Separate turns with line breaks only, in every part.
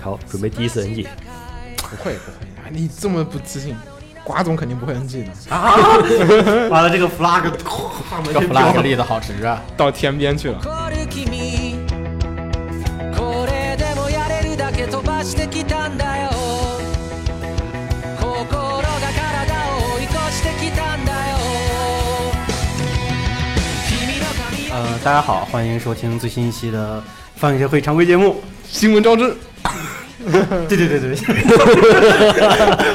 好，准备第一次 NG。
不会不会，哎你这么不自信，瓜总肯定不会 NG 的。
完了，这个 flag 哐
这 flag 立的好直啊！
到天边去了，
怒る君これでもやれるだけ飛ばしてきたんだよ心が体を追い越してきたんだよ君の髪を
呃，大家好，欢迎收听最新一期的放映协会常规节目。
新闻招之，
对对对对，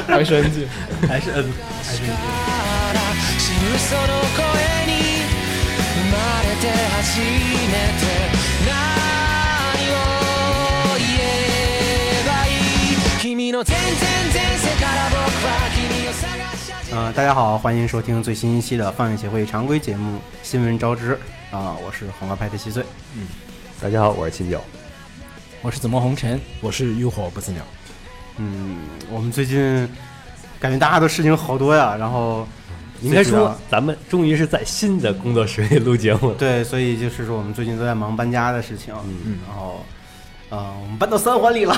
还是 NG。
还是 N，还是 N。
から死ぬその声に生まれて初めて何を言えばいい君の全然前世から僕は君を探し始め
呃，大家好，欢迎收听最新一期的放映协会常规节目《新闻招之》啊、我是黄瓜派的七岁。
大家好，我是秦九。
我是紫陌红尘，我是浴火不死鸟。
嗯，我们最近感觉大家的事情好多呀，然后
应该
最主
说
要，
咱们终于是在新的工作室里录节目了。
对，所以就是说我们最近都在忙搬家的事情，嗯，然后呃，我们搬到三环里了。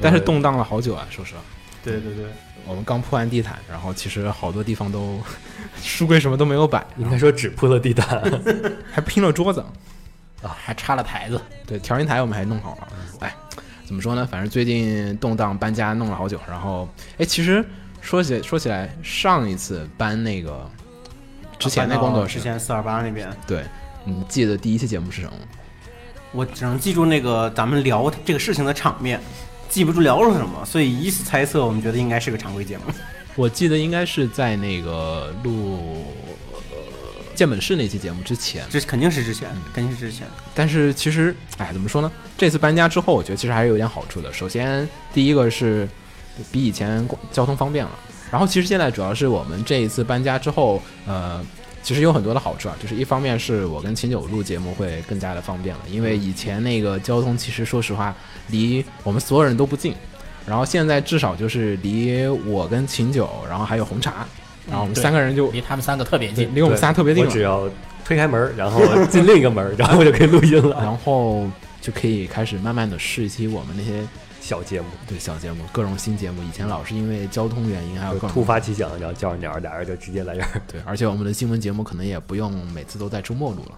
但是动荡了好久啊，说实话，
对对对，
我们刚铺完地毯，然后其实好多地方都 书柜什么都没有摆，
应该说只铺了地毯。
还拼了桌子。啊
还插了台子，
对，调音台我们还弄好了。哎，怎么说呢？反正最近动荡搬家弄了好久，然后哎，其实说起说起来，上一次搬那个啊之前那工作室
之，前四二八那边，
对，你记得第一期节目是什么吗？
我只能记住那个咱们聊这个事情的场面，记不住聊了什么，所以依此猜测，我们觉得应该是个常规节目。
我记得应该是在那个录呃建本市那期节目之前，
这肯定是之前，
嗯
肯定是之前。
但是其实，哎，怎么说呢？这次搬家之后，我觉得其实还是有点好处的。首先，第一个是比以前公交通方便了。然后，其实现在主要是我们这一次搬家之后，呃，其实有很多的好处啊。就是一方面是我跟秦九录节目会更加的方便了，因为以前那个交通其实说实话离我们所有人都不近。然后现在至少就是离我跟秦九，然后还有红茶，然后我们
对
三个人就
离他们三个特别近。
离我们仨特别近
我
了。
只要推开门，然后进另一个门，然后我就可以录音了。
然后就可以开始慢慢的试一期我们那些
小节目，
对小节目，各种新节目。以前老是因为交通原因，还有啊各种
突发奇想，然后叫上鸟，俩人就直接来这儿。
对，而且我们的新闻节目可能也不用每次都在周末录了，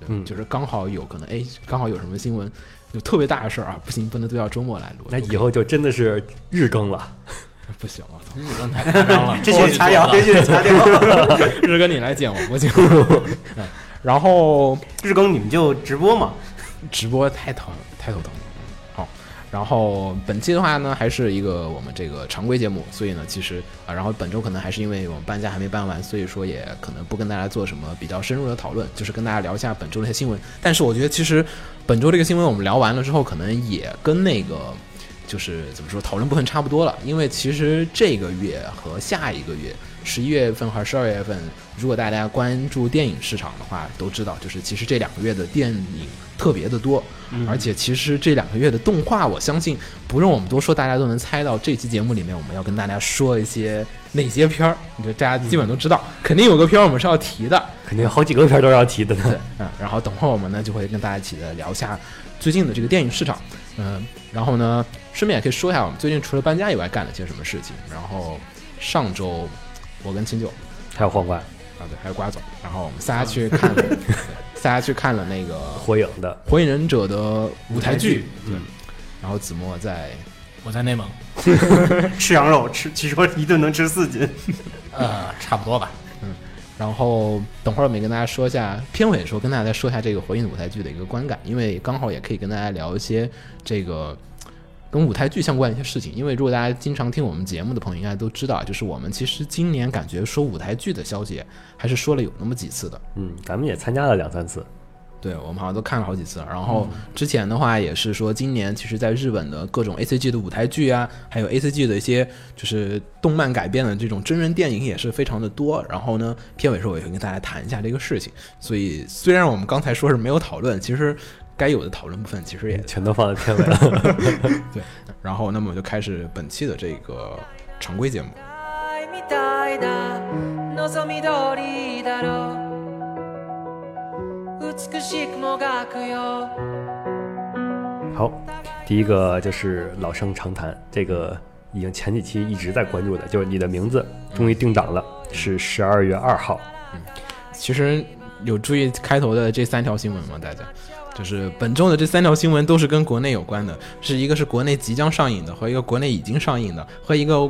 对
嗯
就是刚好有可能哎，刚好有什么新闻有特别大的事儿啊，不行，不能都要周末来录。
那以
后
后就真的是日更了。
不行了， 我操
日更太夸张了，
这些掐
啊
掉，这些掐掉。
日更你来剪，我 不剪。嗯然后
日更你们就直播嘛，
直播太头太头疼了。好，然后本期的话呢，还是一个我们这个常规节目，所以呢，其实啊，然后本周可能还是因为我们搬家还没搬完，所以说也可能不跟大家做什么比较深入的讨论，就是跟大家聊一下本周的一些新闻。但是我觉得其实本周这个新闻我们聊完了之后，可能也跟那个。就是怎么说，讨论部分差不多了，因为其实这个月和下一个月，十一月份和十二月份，如果大家关注电影市场的话，都知道，就是其实这两个月的电影特别的多，而且其实这两个月的动画，我相信不用我们多说，大家都能猜到。这期节目里面，我们要跟大家说一些哪些片儿，你就大家基本都知道，肯定有个片儿我们是要提的，
肯定有好几个片儿都要提的呢。
嗯，然后等会儿我们呢就会跟大家一起的聊一下最近的这个电影市场，嗯，然后呢顺便也可以说一下我们最近除了搬家以外干了些什么事情。然后上周我跟秦九
还有黄冠
啊对，还有瓜总，然后我们仨去看了，仨去看了那个
《
《
火影》的，
火影忍者》的舞台剧，
嗯，
然后子墨在
我在内蒙，
吃羊肉，吃据说一顿能吃四斤。
呃，差不多吧。
嗯然后等会儿我们也跟大家说一下片尾的时候，跟大家再说一下这个《火影》舞台剧的一个观感，因为刚好也可以跟大家聊一些这个跟舞台剧相关的一些事情，因为如果大家经常听我们节目的朋友应该都知道，就是我们其实今年感觉说舞台剧的消息还是说了有那么几次的，
嗯，咱们也参加了两三次，
对我们好像都看了好几次。然后之前的话也是说，今年其实在日本的各种 A C G 的舞台剧啊，还有 A C G 的一些就是动漫改编的这种真人电影也是非常的多。然后呢，片尾的时候我也会跟大家谈一下这个事情。所以虽然我们刚才说是没有讨论，其实该有的讨论部分其实也
全都放在片尾了。
对。然后那么我就开始本期的这个常规节目。
みたいな望み通りだろう美しくもがくよ
好，第一个就是老生常谈，这个已经前几期一直在关注的，就是你的名字终于定档了，是十二月二号。
其实有注意开头的这三条新闻吗？大家，就是本周的这三条新闻都是跟国内有关的，是一个是国内即将上映的，和一个国内已经上映的，和一个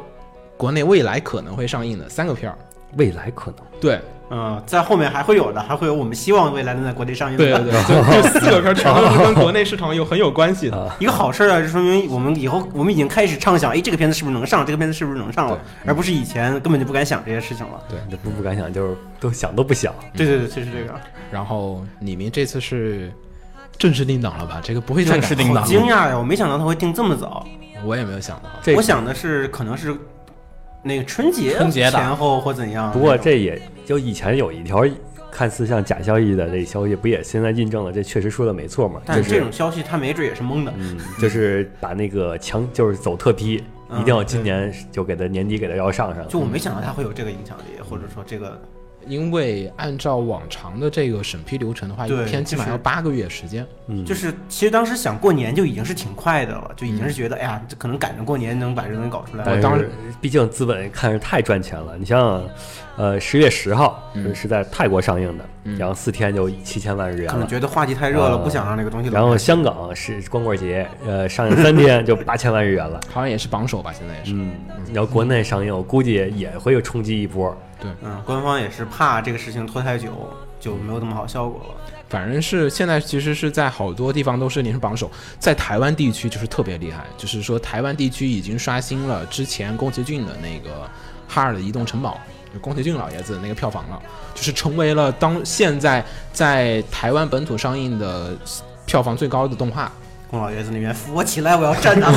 国内未来可能会上映的三个片儿。
未来可能
对，
嗯，在后面还会有的，还会有我们希望未来能在国内上映的。
对对对，就这四个片儿全都是跟国内市场有很有关系的。
一个好事儿啊，就说明我们以后我们已经开始畅想，哎，这个片子是不是能上？这个片子是不是能上了
对？
而不是以前根本就不敢想这些事情了。
这不不敢想，就是都想都不想。
对对对，就是这个。
然后李明这次是正式定档了吧？这个不会再
正式定档
改
好惊讶呀！我没想到他会定这么早，
了，我也没有想到。这个
我想的是可能是那个春节
春节档
前后或怎样。
不过这也就以前有一条看似像假消息的这消息，不也现在印证了这确实说的没错嘛？
但
就是
这种消息他没准也是蒙的。
嗯，就是把那个强就是走特批，
嗯
一定要今年就给他年底给他要上上。
就我没想到他会有这个影响力，或者说这个
因为按照往常的这个审批流程的话，一
对
篇起码
就是
要八个月时间。
嗯
就是其实当时想过年就已经是挺快的了，就已经是觉得哎呀，这可能赶着过年能把这东西搞出来
但
我
是
了。
当时
毕竟资本看是太赚钱了。你想想，呃，十月十号是是在泰国上映的，然后四天就七千万日元
可能
了。
觉得话题太热了，
嗯
不想让这个东西冷
然后香港是光棍节，呃，上映三天就八千万日元了。
好像也是榜首吧，现在也是。
嗯，你要国内上映，我估计也会有冲击一波。
嗯，官方也是怕这个事情拖太久，就没有那么好效果了。
反正是现在其实是在好多地方都是连是榜首，在台湾地区就是特别厉害，就是说台湾地区已经刷新了之前宫崎骏的那个《哈尔的移动城堡》，就宫崎骏老爷子的那个票房了，就是成为了当现在在台湾本土上映的票房最高的动画。
宫老爷子那边扶我起来，我要站 啊！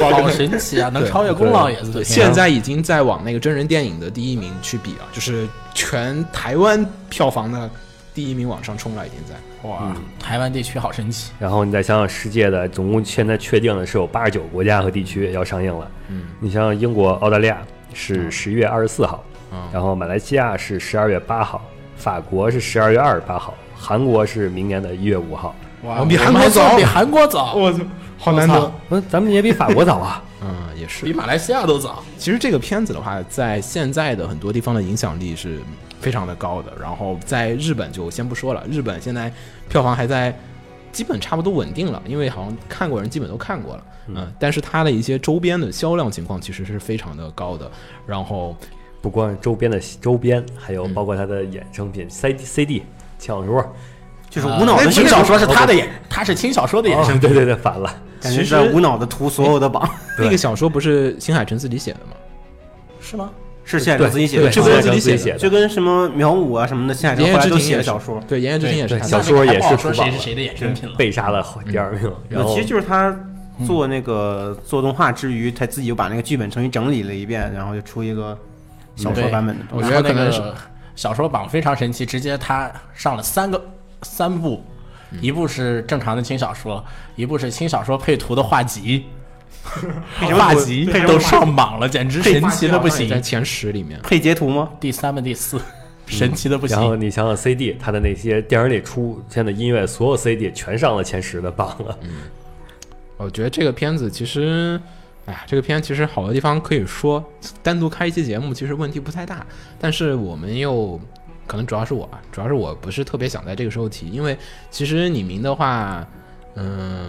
好神奇啊，能超越宫老爷子的天啊。
现在已经在往那个真人电影的第一名去比了，就是全台湾票房的第一名往上冲了，已经在。
哇，台湾地区好神奇，
然后你再想想世界的，总共现在确定的是有八十九个国家和地区要上映了。
嗯，
你想想英国、澳大利亚是十月二十四号，
嗯
然后马来西亚是十二月八号，法国是十二月二十八号，韩国是明年的一月五号。
哇
我们比韩国
还算
早
比韩国早，
我操，好
难得。
嗯，咱们也比法国早啊。
嗯，也是
比。马来西亚都早。
其实这个片子的话，在现在的很多地方的影响力是非常的高的。然后在日本就先不说了，日本现在票房还在基本差不多稳定了，因为好像看过人基本都看过了。嗯，但是它的一些周边的销量情况其实是非常的高的。然后
不光周边的周边，还有包括它的衍生品 C D C D 轻小说。
哎就是无
哎
脑的
轻
欣
小
赏，
说是他的演，他是轻小说的衍生
哦，对对对，反了。
感觉
其实
在无脑的涂所有的 榜，
对
那个小说不是新海诚自己写的吗？
是吗？
是现在自己写
对
的，
是
就
自
跟
己
自己
写
就
的。
跟什么苗五啊什么的，现在
岩野
后来
之
都
庭
写
也
了
是
小说，
对，岩野之庭也是
对
他
小
的。
说也
不好
是
说
出
谁
版
是谁的衍生品了。
被杀了第二名，然后
其实就是他做那个做动画之余，他自己又把那个剧本重新整理了一遍，然后就出一个小说
对
版本的东
我
西。
觉得可能
然后
是小说榜非常神奇，直接他上了三个三部，一部是正常的轻小说，一部是轻小说配图的画集，画集
配什么
都
画集
上榜了，简直神奇的不
在
行。
前十里面。
配截图吗？
第三部、第
嗯
四，神奇的不
然后
行。
你想想 CD，它的那些电影里出现的音乐，所有 CD 全上了前十的榜了。
嗯我觉得这个片子其实，哎呀，这个片其实好的地方可以说，单独开一期节目其实问题不太大，但是我们又可能主要是我，啊，主要是我不是特别想在这个时候提，因为其实李明的话，嗯，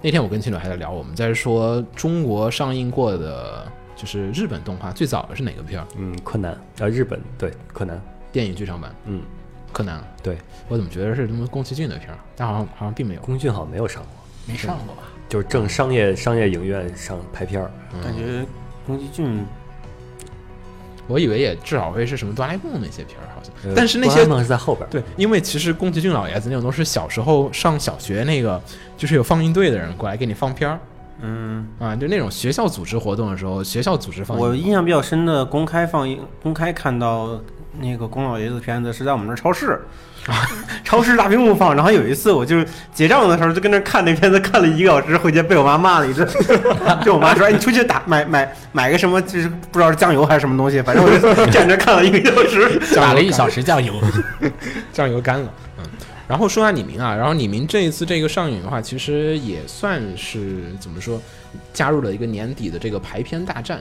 那天我跟秦柳还在聊，我们在说中国上映过的。就是日本动画最早的是哪个片儿？
嗯，柯南啊，日本对柯南，
电影剧场版
嗯，
柯南，
对，
我怎么觉得是他妈宫崎骏的片儿？但好像好像并没有。
宫俊好像没有上过，
没上过啊吧？
就是正商业商业影院上拍片儿，
感
嗯
觉宫崎骏
我以为也至少会是什么哆啦 A 梦那些片儿，好像
呃，
但是那
哆啦
些
A 梦是在后边儿，
对，因为其实宫崎骏老爷子那种都是小时候上小学那个，就是有放映队的人过来给你放片儿
嗯，
啊，就那种学校组织活动的时候，学校组织放映。
我印象比较深的公开放映、公开看到那个宫老爷子的片子是在我们那儿超市，超市大屏幕放。然后有一次我就结账的时候就跟那儿看那片子，看了一个小时，回家被我妈骂了一顿。 就我妈说：“哎，你出去打买买买个什么，就是不知道是酱油还是什么东西，反正我就站着看了一个小时。
打了一小时酱油，
酱油干了。嗯，然后说下李明啊，然后李明这一次这个上映的话，其实也算是怎么说，加入了一个年底的这个排片大战。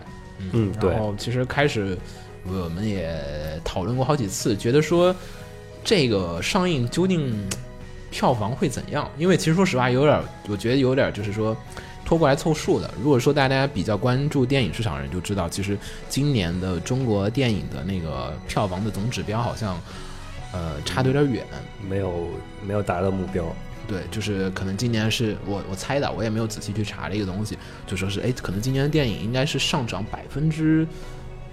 嗯，对
然，后其实开始我们也讨论过好几次，觉得说这个上映究竟票房会怎样？因为其实说实话，有点儿我觉得有点儿就是说拖过来凑数的。如果说大家比较关注电影市场的人就知道，其实今年的中国电影的那个票房的总指标好像呃差的有点远。
没有没有达到目标，
对，就是可能今年是我我猜的，我也没有仔细去查这个东西，就说是哎，可能今年的电影应该是上涨百分之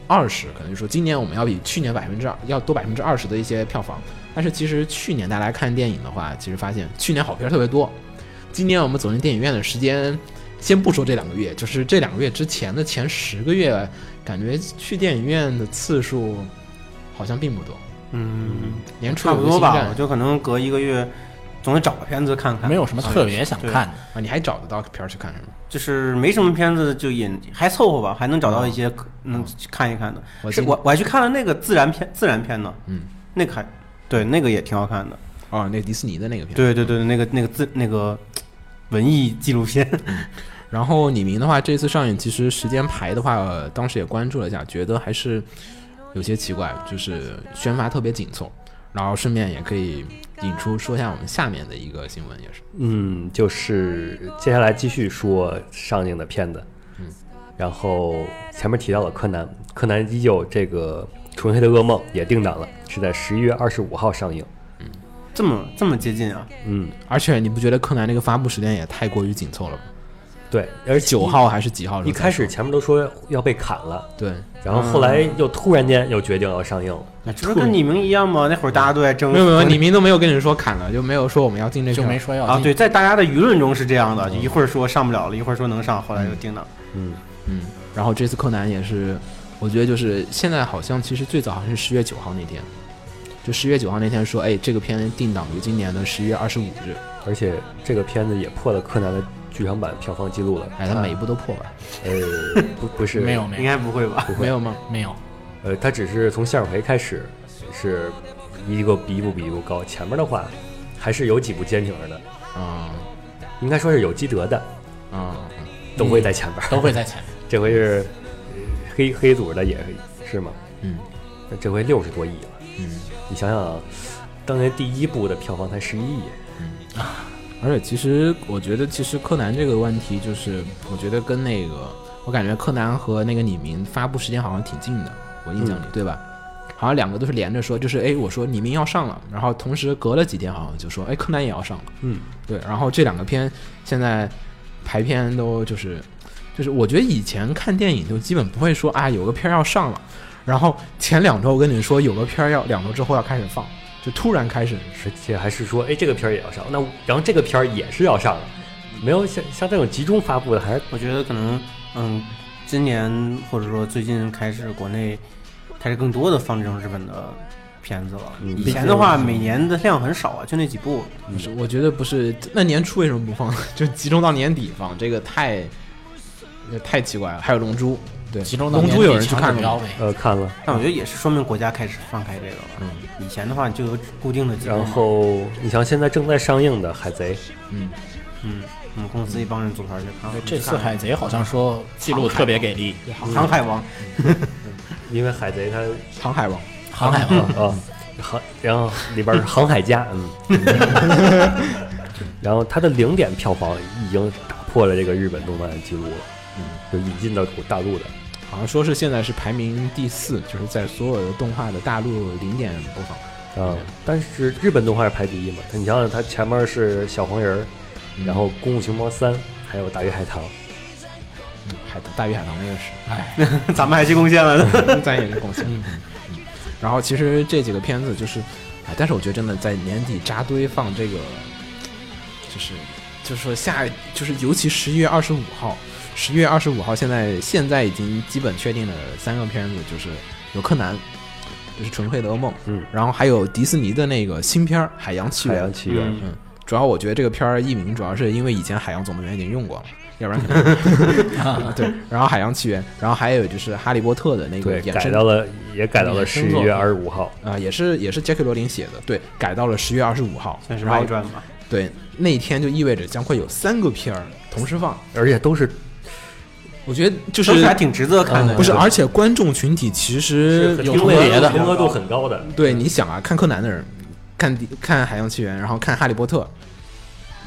二十，可能就说今年我们要比去年百分之二要多百分之二十的一些票房。但是其实去年大家看电影的话，其实发现去年好片儿特别多，今年我们走进电影院的时间，先不说这两个月，就是这两个月之前的前十个月，感觉去电影院的次数好像并不多。”
嗯，
年初
差
有
不
个
多
星
吧
战，
我就可能隔一个月总得找个片子看看。
没有什么特别想
对
看的。
啊，你还找得到片儿去看是吗？
就是没什么片子，就也还凑合吧，还能找到一些可能看一看的。
哦我
是
今
我我还去看了那个自然片，自然片呢，
嗯，
那个还对那个也挺好看的。
哦，那迪士尼的那个片。
对对对，那个那个自那个文艺纪录片，
然后李明的话，这次上映其实时间排的话、呃当时也关注了一下，觉得还是有些奇怪，就是宣发特别紧凑。然后顺便也可以引出说一下我们下面的一个新闻，也是
嗯，就是接下来继续说上映的片子，
嗯，
然后前面提到了柯南，柯南依旧这个纯黑的噩梦也定档了，是在十一月二十五号上映，
这么这么接近啊？
嗯，
而且你不觉得柯南这个发布时间也太过于紧凑了吗？
对，而且
九号还是几号的时
一
候
开
才说？
始前面都说要被砍了，
对，
然后后来又突然间又决定要上映了，
那这不是跟李明一样吗？那会儿大家都在争，
没有没有，李明都没有跟你说砍了，就没有说我们要进这
就
片儿
没说要
啊，
进
对，在大家的舆论中是这样的，就一会儿说上不了了，一会儿说能上，后来又定档。
嗯，
嗯，然后这次柯南也是，我觉得就是现在好像其实最早好像是十月九号那天，就十月九号那天说，哎，这个片定档于今年的十一月二十五日，
而且这个片子也破了柯南的剧场版票房记录了，
哎，它每一部都破吧？
呃不不是
没有
应
没有
该不会吧？
不
没
会，
有吗？
没有，
呃，它只是从向日葵开始是一个比一部比一部高，前面的话还是有几部坚挺着的，嗯
啊
应该说是有积德的，
啊，
都会在前边儿。
都会在前面。
这回是呃黑黑组织的也是吗？
嗯
那这回六十多亿了，
嗯，
你想想啊，当年第一部的票房才十一亿，
而且其实我觉得，其实柯南这个问题，就是我觉得跟那个，我感觉柯南和那个李明发布时间好像挺近的，我印象里、对吧？好像两个都是连着说，就是哎，我说李明要上了，然后同时隔了几天好像就说，哎，柯南也要上了。
嗯，
对，然后这两个片现在排片都就是就是，我觉得以前看电影就基本不会说啊有个片儿要上了，然后前两周我跟你说有个片儿要两周之后要开始放，就突然开始
而且还是说，哎，这个片儿也要上，那然后这个片儿也是要上的，没有像像这种集中发布的，还是
我觉得可能，嗯，今年或者说最近开始国内开始更多的放这种日本的片子了。
嗯
以前的话，每年的量很少啊，就那几部。
不是，嗯我觉得不是。那年初为什么不放？ 就集中到年底放，这个太也太奇怪了。还有《龙珠》，对，
集中到
龙珠》有人去看了
了腰
吗？
围，
呃看了，
但我觉得也是说明国家开始放开这个了。
嗯
以前的话就有固定的几部嘛。
然后你像现在正在上映的《海贼》，
嗯，
嗯，我们公司一帮人组团啊去看。
嗯这次海贼好像说记录特别给力，
航海王，
因为《海贼》它
《航海王》嗯
航海王
啊，航，然后里边是航海家，嗯， 然后它的零点票房已经打破了这个日本动漫的记录了，嗯，就引进到大陆的，
好像说是现在是排名第四，就是在所有的动画的大陆零点播放。
啊、但是日本动画是排第一嘛，你想想，它前面是小黄人儿，然后《功夫熊猫三》，还有《大鱼海棠》。
嗯海大鱼海棠那个是，
咱们还去贡献了呢。
咱也是贡献。嗯嗯然后其实这几个片子就是，哎，但是我觉得真的在年底扎堆放这个，就是就是说下就是尤其十一月二十五号，十一月二十五号现在现在已经基本确定了三个片子，就是有柯南，就是《纯黑的噩梦》，
嗯，
然后还有迪士尼的那个新片儿《海洋奇
海
缘》
洋，奇 缘，
嗯，主要我觉得这个片儿译名主要是因为以前《海洋总动员》已经用过了，要不然可能 对。然后《海洋奇缘》，然后还有就是《哈利波特》的那个
对，
衍
改
生
到了也改到了
衍
十
生
一
作
月
品
二十五号。
啊、也是也是杰克罗琳写的，对，改到了十月二十五号，
算是
然
外
后
传吧，
对那一天就意味着将会有三个片儿同时放，
而且都是
我觉得就嗯
就是还挺值得看的。嗯
不是，
对
而且观众群体其实
有
重
重叠的
重合度很高的。
对，你想啊，看柯南的人，看看《海洋奇缘》，然后看《哈利波特》，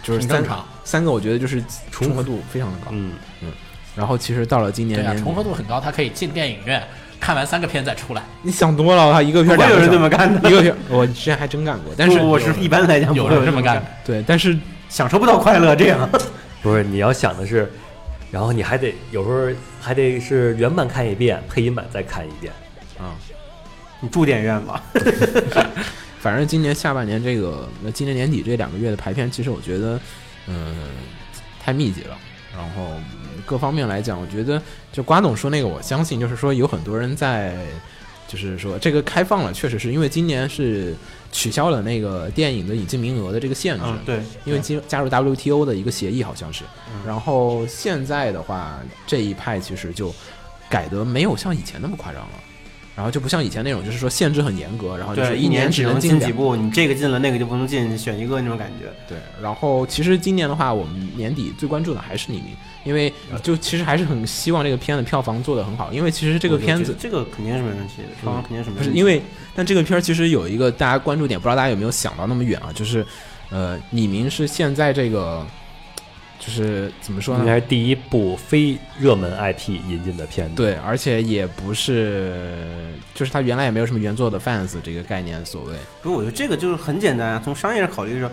就是
挺
三
正常
三个，我觉得就是重合度非常的高。
嗯，
然后其实到了今年
对
啊
呀、
年底
重合度很高，它可以进电影院看完三个片再出 来。
你想多了，啊他一个片
不
儿
会
两
有
个
人
小
这么干的。
一个片儿，我之前还真干过，但是
我是一般来讲不
有
会
人这么干，，
对，但是
享受不到快乐。这样，
不是，你要想的是，然后你还得有时候还得是原版看一遍，配音版再看一遍。
啊，
你住电影院吧，
反正今年下半年这个，那今年年底这两个月的排片，其实我觉得，嗯、太密集了。然后嗯各方面来讲，我觉得就瓜总说那个，我相信就是说有很多人在，就是说这个开放了，确实是因为今年是取消了那个电影的引进名额的这个限制，
嗯，嗯对，
因为加加入 WTO 的一个协议好像是，然后现在的话这一派其实就改得没有像以前那么夸张了，然后就不像以前那种就是说限制很严格，然后就
对，
是
啊一
年
年
只
只能
进
进
两
几部，你这个进了，那个就不能进，选一个那种感觉。
对，然后其实今年的话，我们年底最关注的还是《黎明》，因为
嗯
就其实还是很希望这个片子票房做得很好，因为其实这
这
个片子嗯
这个肯定是没问题的，票房肯定是没
不
问
是
题。
因为，但这个片儿其实有一个大家关注点，不知道大家有没有想到那么远啊，就是呃，李明是现在这个就是怎么说
应该
呢？
是第一部非热门 IP 引进的片子。
对，而且也不是，就是他原来也没有什么原作的 fans 这个概念，所谓
不是，我觉得这个就是很简单啊，从商业上考虑说，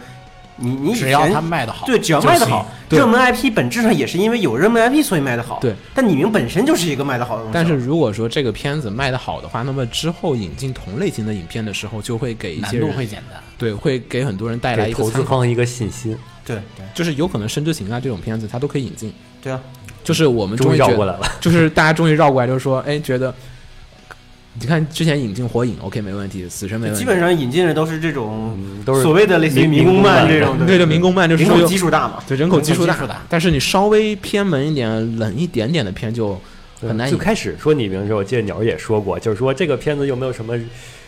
你你以
只要
前
它卖的好，
对，只要卖
就
得
行
好，
对
热门 IP 本质上也是因为有热门 IP 所以卖得好。
对，
但李明本身就是一个卖得好的东西。
但是如果说这个片子卖得好的话，那么之后引进同类型的影片的时候，就会给一
难
些
度
人
会简单。
对，会给很多人带来
给
一个
投资
参考，
方一个信心，
对对
就是有可能《深之行啊》这种片子它都可以引进，
对啊，
就是我们
终于
于觉
绕
得
过来了。
就是大家终于绕过来，就是说，哎，觉得你看之前引进《火影》，OK 没问题，《死神》没问
基
题，
本上引进的都是这种
嗯，都是
所谓的类似于迷宫漫这种的，
对的，民工漫就是
人
说
口
有
基数大嘛。
对人口基数
人口基数
大
大，
但是你稍微偏门一点、冷一点点的片就
对
很难
最
引。
开始说你名的时候，我记得鸟儿也说过，就是说这个片子有没有什么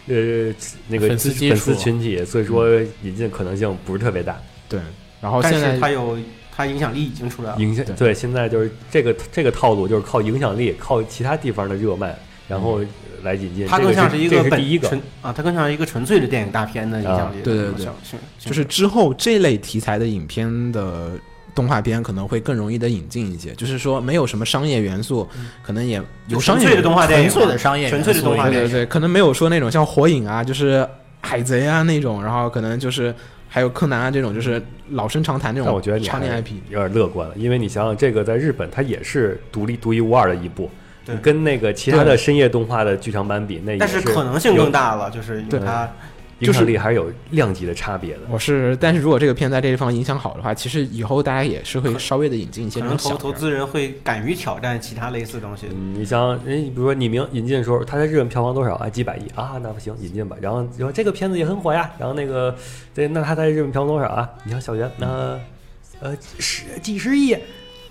呃那个
粉丝基
粉
础
丝群体，所以说引进可能性不是特别大。
对，然后
但
现
是它
在
有它影响力已经出来了。
影响
对
对，现在就是这个这个套路，就是靠影响力，靠其他地方的热卖，然后来引进。
嗯它
这
更像是一
这
个
是
本
第一个
纯啊，它更像是一个纯粹的电影大片的影响力。
啊对对对
像，像
就是之后这类题材的影片的。动画片可能会更容易的引进一些，就是说没有什么商业元素，可能也有商
嗯纯
业
粹
元
的
素
动画电影，
纯粹的商业
纯粹的
元素
动画
对
电
对
影。
对，可能没有说那种像火影啊，就是海贼啊那种，然后可能就是还有柯南啊这种，就是老生常谈这
但我
种
觉得你
常年
还
IP。
有点乐观了，因为你想想，这个在日本它也是独立独一无二的一部，
对
你跟那个其他的深夜动画的剧场版比，那也
但
是
是可能性更，大了，就是因为
对
它
影响力还是有量级的差别的。
我是，但是如果这个片在这地方影响好的话，其实以后大家也是会稍微的引进一些
可
这
能
种小片
投投
儿
资人会敢于挑战其他类似的东西。
嗯，你想，人家比如说你明引进的时候，他在日本票房多少啊？几百亿啊？那不行，引进吧。然后然后这个片子也很火呀。然后那个，对，那他在日本票房多少啊？你像小圆那，呃，十几十亿。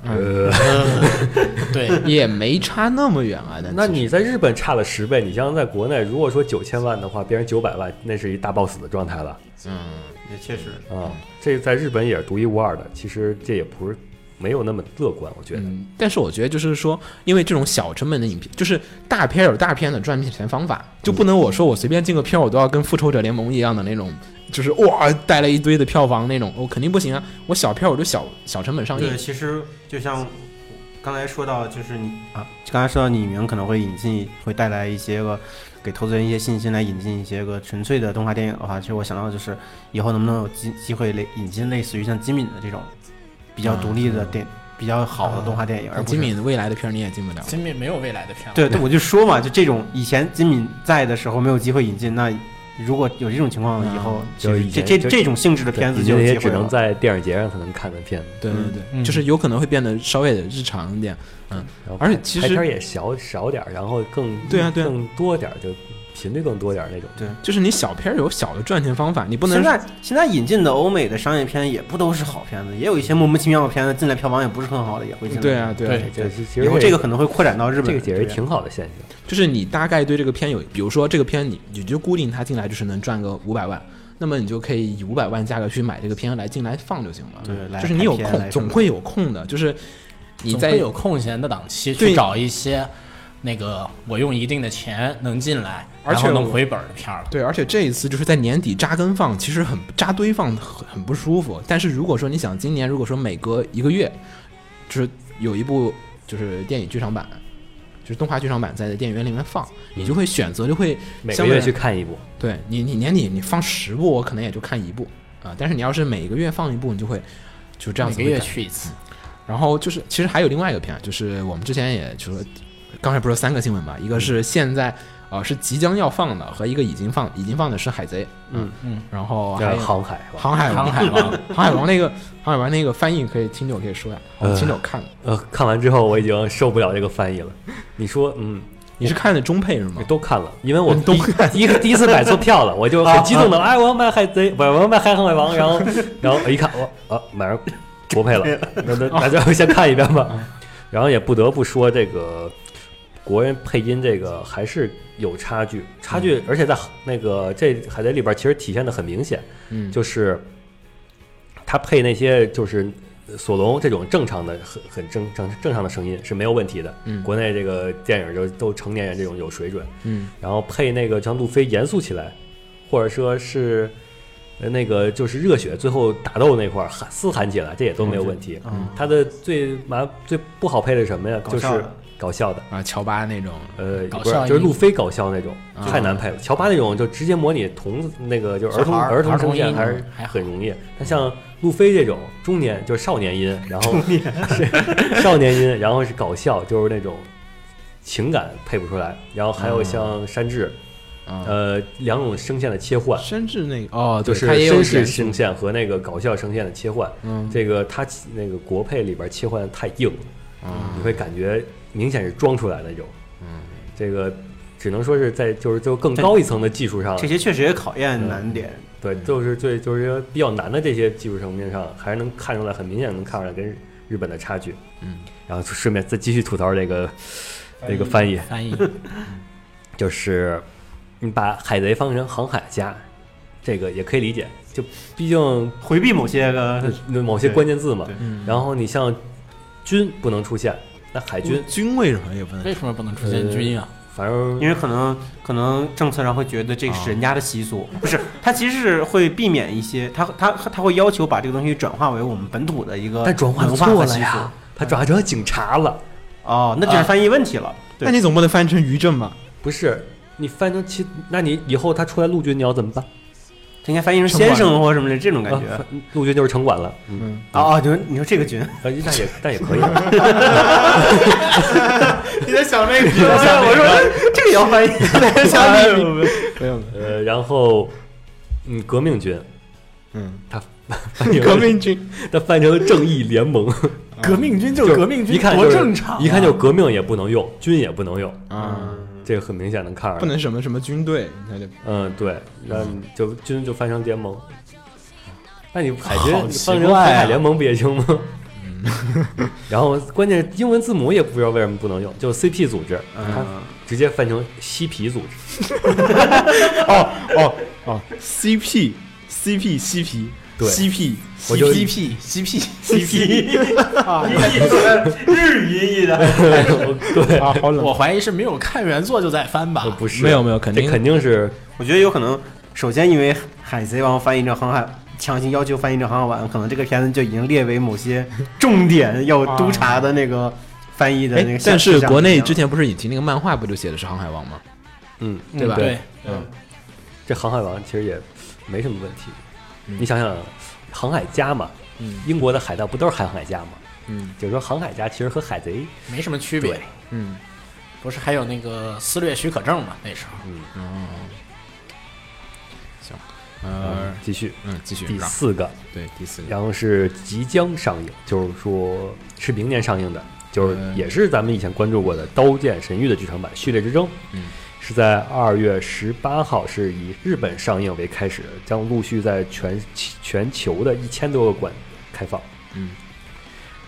嗯
呃，
对，
也没差那么远啊。但
那
其实
你在日本差了十倍，你像在国内，如果说九千万的话，别人九百万，那是一大 boss 的状态了
嗯，
也确实，
啊。这在日本也是独一无二的，其实这也不是没有那么乐观，我觉得。
嗯，但是我觉得就是说，因为这种小成本的影片，就是大片有大片的赚钱方法，就不能我说我随便进个片儿，我都要跟复仇者联盟一样的那种，就是哇 带了一堆的票房那种，我肯定不行啊。我小片儿我就小小成本上映
对，，其实就像刚才说到，就是你啊，刚才说到李明可能会引进，会带来一些个给投资人一些信心，来引进一些个纯粹的嗯动画电影的话，其实我想到的就是以后能不能有机机会类引进类似于像金敏的这种比较独立的嗯电、比较好的动画电影，而不
金
是。
敏未来的片儿你也进不了。
金敏没有未来的片了。
对，对，我就说嘛，就这种以前金敏在的时候没有机会引进，那如果有这种情况，嗯以后
就
这
以前
这
就
这种性质的片子
对
就
那
有
些
机
只
会
能
了。
在电影节上才能看的片子，
对对对，
嗯
就是有可能会变得稍微的日常一点。
然后
而且
排
其
排
实
片儿也小少点儿，然后更
对啊对啊
更多点儿，就频率更多点儿那种。
就是你小片儿有小的赚钱方法，你不能
现在现在引进的欧美的商业片也不都是好片子，也有一些莫名其妙的片子进来票房也不是很好的，也会进来。
对啊，对啊，
对
这其
以
实
后这个可能会扩展到日本。啊
这个解
啊
决挺好的现象，
就是你大概对这个片有，比如说这个片你你就固定它进来就是能赚个五百万，那么你就可以以五百万价格去买这个片来进来放就行了。
对来
就是你有
拍片来
空，
什
总
么
会有空的，就是你
总
在
会有空闲的档期
对
去找一些那个我用一定的钱能进来，
而且
然后
我
能回本儿的片儿了。
对，而且这一次就是在年底扎根放，其实很扎堆放很很不舒服。但是如果说你想今年如果说每隔一个月，就是有一部就是电影剧场版，就是动画剧场版在电影院里面放，你就会选择就会
每个
相对
月
来
去看一部，
对你，你年底你放十部，我可能也就看一部啊、但是你要是每个月放一部，你就会就这样
每
子
个
会
月
感
去一次，
然后就是，其实还有另外一个片，就是我们之前也就说，刚才不是有三个新闻嘛，一个是现在呃是即将要放的，和一个已经放已经放的是《海贼》，啊
嗯
嗯，
然后还
叫
有
航海是吧？
航海王
航海王，
航海王那个航海王那个翻译可以听友可以说呀，我
呃
听友看的，
呃，看完之后我已经受不了这个翻译了。你说，嗯，
你是看的中配是吗
你？都看了，因为我
嗯都啊
第第一第一次买错票 了，我就很激动的，哎，我要买海贼，不是我要买海航海王，然 后然后我一看，我啊，买上国配了， 那那那就先看一遍吧。
啊
然后也不得不说，这个国人配音这个还是有差距，差
嗯
距，而且在那个这海贼里边其实体现的很明显，
嗯，
就是他配那些就是呃索隆这种正常的、很很正正正常的声音是没有问题的。
嗯
国内这个电影就都成年人这种有水准，
嗯
然后配那个像路飞严肃起来，或者说是呃那个就是热血最后打斗那块儿喊嘶喊起来，这也都没有问题。
嗯
他的最麻最不好配的是什么呀？
搞
就是
笑的
搞笑的。
啊，乔巴那种，
呃，
搞
不是
笑，
就是
一
路飞搞笑那种，
啊
太难配了。乔巴那种就直接模拟童子那个，就是儿童
小孩儿
儿童
儿童
声线
音
还是
还好
哎很容易。但像路飞这种中年就是少年音，然后是少年音，然后是搞笑，就是那种情感配不出来。然后
嗯
还有像山治，
啊，
呃，两种声线的切换，
深至那个哦，
就
对
是
他也有
绅士
演
声线和那个搞笑声线的切换。
嗯
这个他那个国配里边切换得太硬了。
啊
你会感觉明显是装出来的那种。嗯，这个只能说是在就是就更高一层的技术上，
这些确实也考验难点。
对，就是最就是说比较难的这些技术层面上，还是能看出来，很明显能看出来跟日本的差距。
嗯，
然后顺便再继续吐槽这个这个翻译，
翻译
就是你把海贼放成航海家，这个也可以理解，就毕竟
回避某些个
某些关键字嘛
对。
嗯
然后你像军不能出现，那海军
军为什么也不能
为什么不能出现军啊？
反正
因为可能可能政策上会觉得这是人家的习
啊
俗，不是，他其实是会避免一些，他他他会要求把这个东西转化为我们本土的一个
但转化
文化
错
和
呃了
习俗。
呀，啊他转化成警察了。
哦，那就是翻译问题了。
那你总不能翻成于正吧？
不是，你翻成其，那你以后他出来陆军你要怎么办？
他应该翻译成先生或什么的这种感觉
啊。陆军就是城管了。嗯，
嗯，
啊啊，就是你说这个军，
呃那也但也可以。
你在想那个？我说哎这个也要翻译，
没有，
呃，然后，嗯，革命军，
嗯，
他翻译成
革命军，
他翻译成正义联盟，
革命军就
就是
革命
一
军，
看
多
就是
正常啊，
一看就革命也不能用，军也不能用，
啊，
这个很明显能看出来。
不能什么什么军队，那就
嗯，对，那你就军就翻成联盟。那你海
好
军你
奇
翻成
怪
海
啊
海联盟不也行吗？
嗯
然后关键英文字母也不知道为什么不能用，就是 CP 组织，
嗯
它直接翻成嬉皮组织。
哦哦哦，CP CP 嬉皮，
对
嬉皮，
我就
CP CP CP 啊
日语音译的，
对，
啊，好
我
冷，
怀疑是没有看原作就在翻吧。
不是
没有没有肯定
这肯定是
我觉得有可能，首先因为《海贼王》翻译成航海。强行要求翻译成航海王，可能这个片子就已经列为某些重点要督查的那个翻译的那
哎
个项目
但
了。，
是国内之前不是引进那个漫画，不就写的是《航海王》吗？
嗯，
嗯
对吧？
对，
这航海王其实也没什么问题。你想想，航海家嘛，
嗯
英国的海盗不都是航海家吗？
嗯
就是说航海家其实和海贼
没什么区别
对。
嗯
不是还有那个私掠许可证吗？那时候
嗯，行，呃，
继续。
嗯，继续
第
让
四个，
对第四个，
然后是即将上映，就是说是明年上映的，就是
嗯
也是咱们以前关注过的《刀剑神域》的剧场版《序列之争》，
嗯，
是在二月十八号是以日本上映为开始，将陆续在全全球的一千多个馆开放。
嗯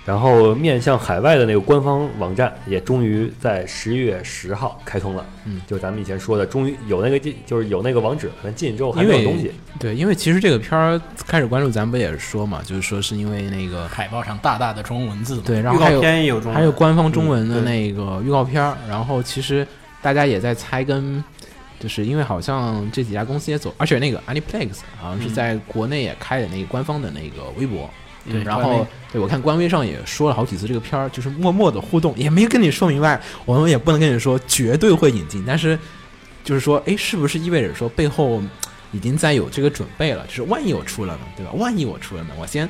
然后面向海外的那个官方网站也终于在十月十号开通了，
嗯
就咱们以前说的，终于有那个进，就是有那个网址，咱进去之后还
因
没
为
有东西，
对，因为其实这个片儿开始关注，咱不也是说嘛，就是说是因为那个
海报上大大的中文字嘛，
对，然
预
后还
告
有
片也有中文，
还有官方中文的
嗯
那个预告片儿，然后其实大家也在猜跟，就是因为好像这几家公司也走，而且那个 Aniplex 好像是在国内也开的那个官方的那个微博，嗯
对
然
官
后
微
对我看官微上也说了好几次这个片儿，就是默默的互动，也没跟你说明白，我们也不能跟你说绝对会引进，但是就是说，哎，是不是意味着说背后已经在有这个准备了？就是万一我出了呢，对吧？万一我出了呢，我先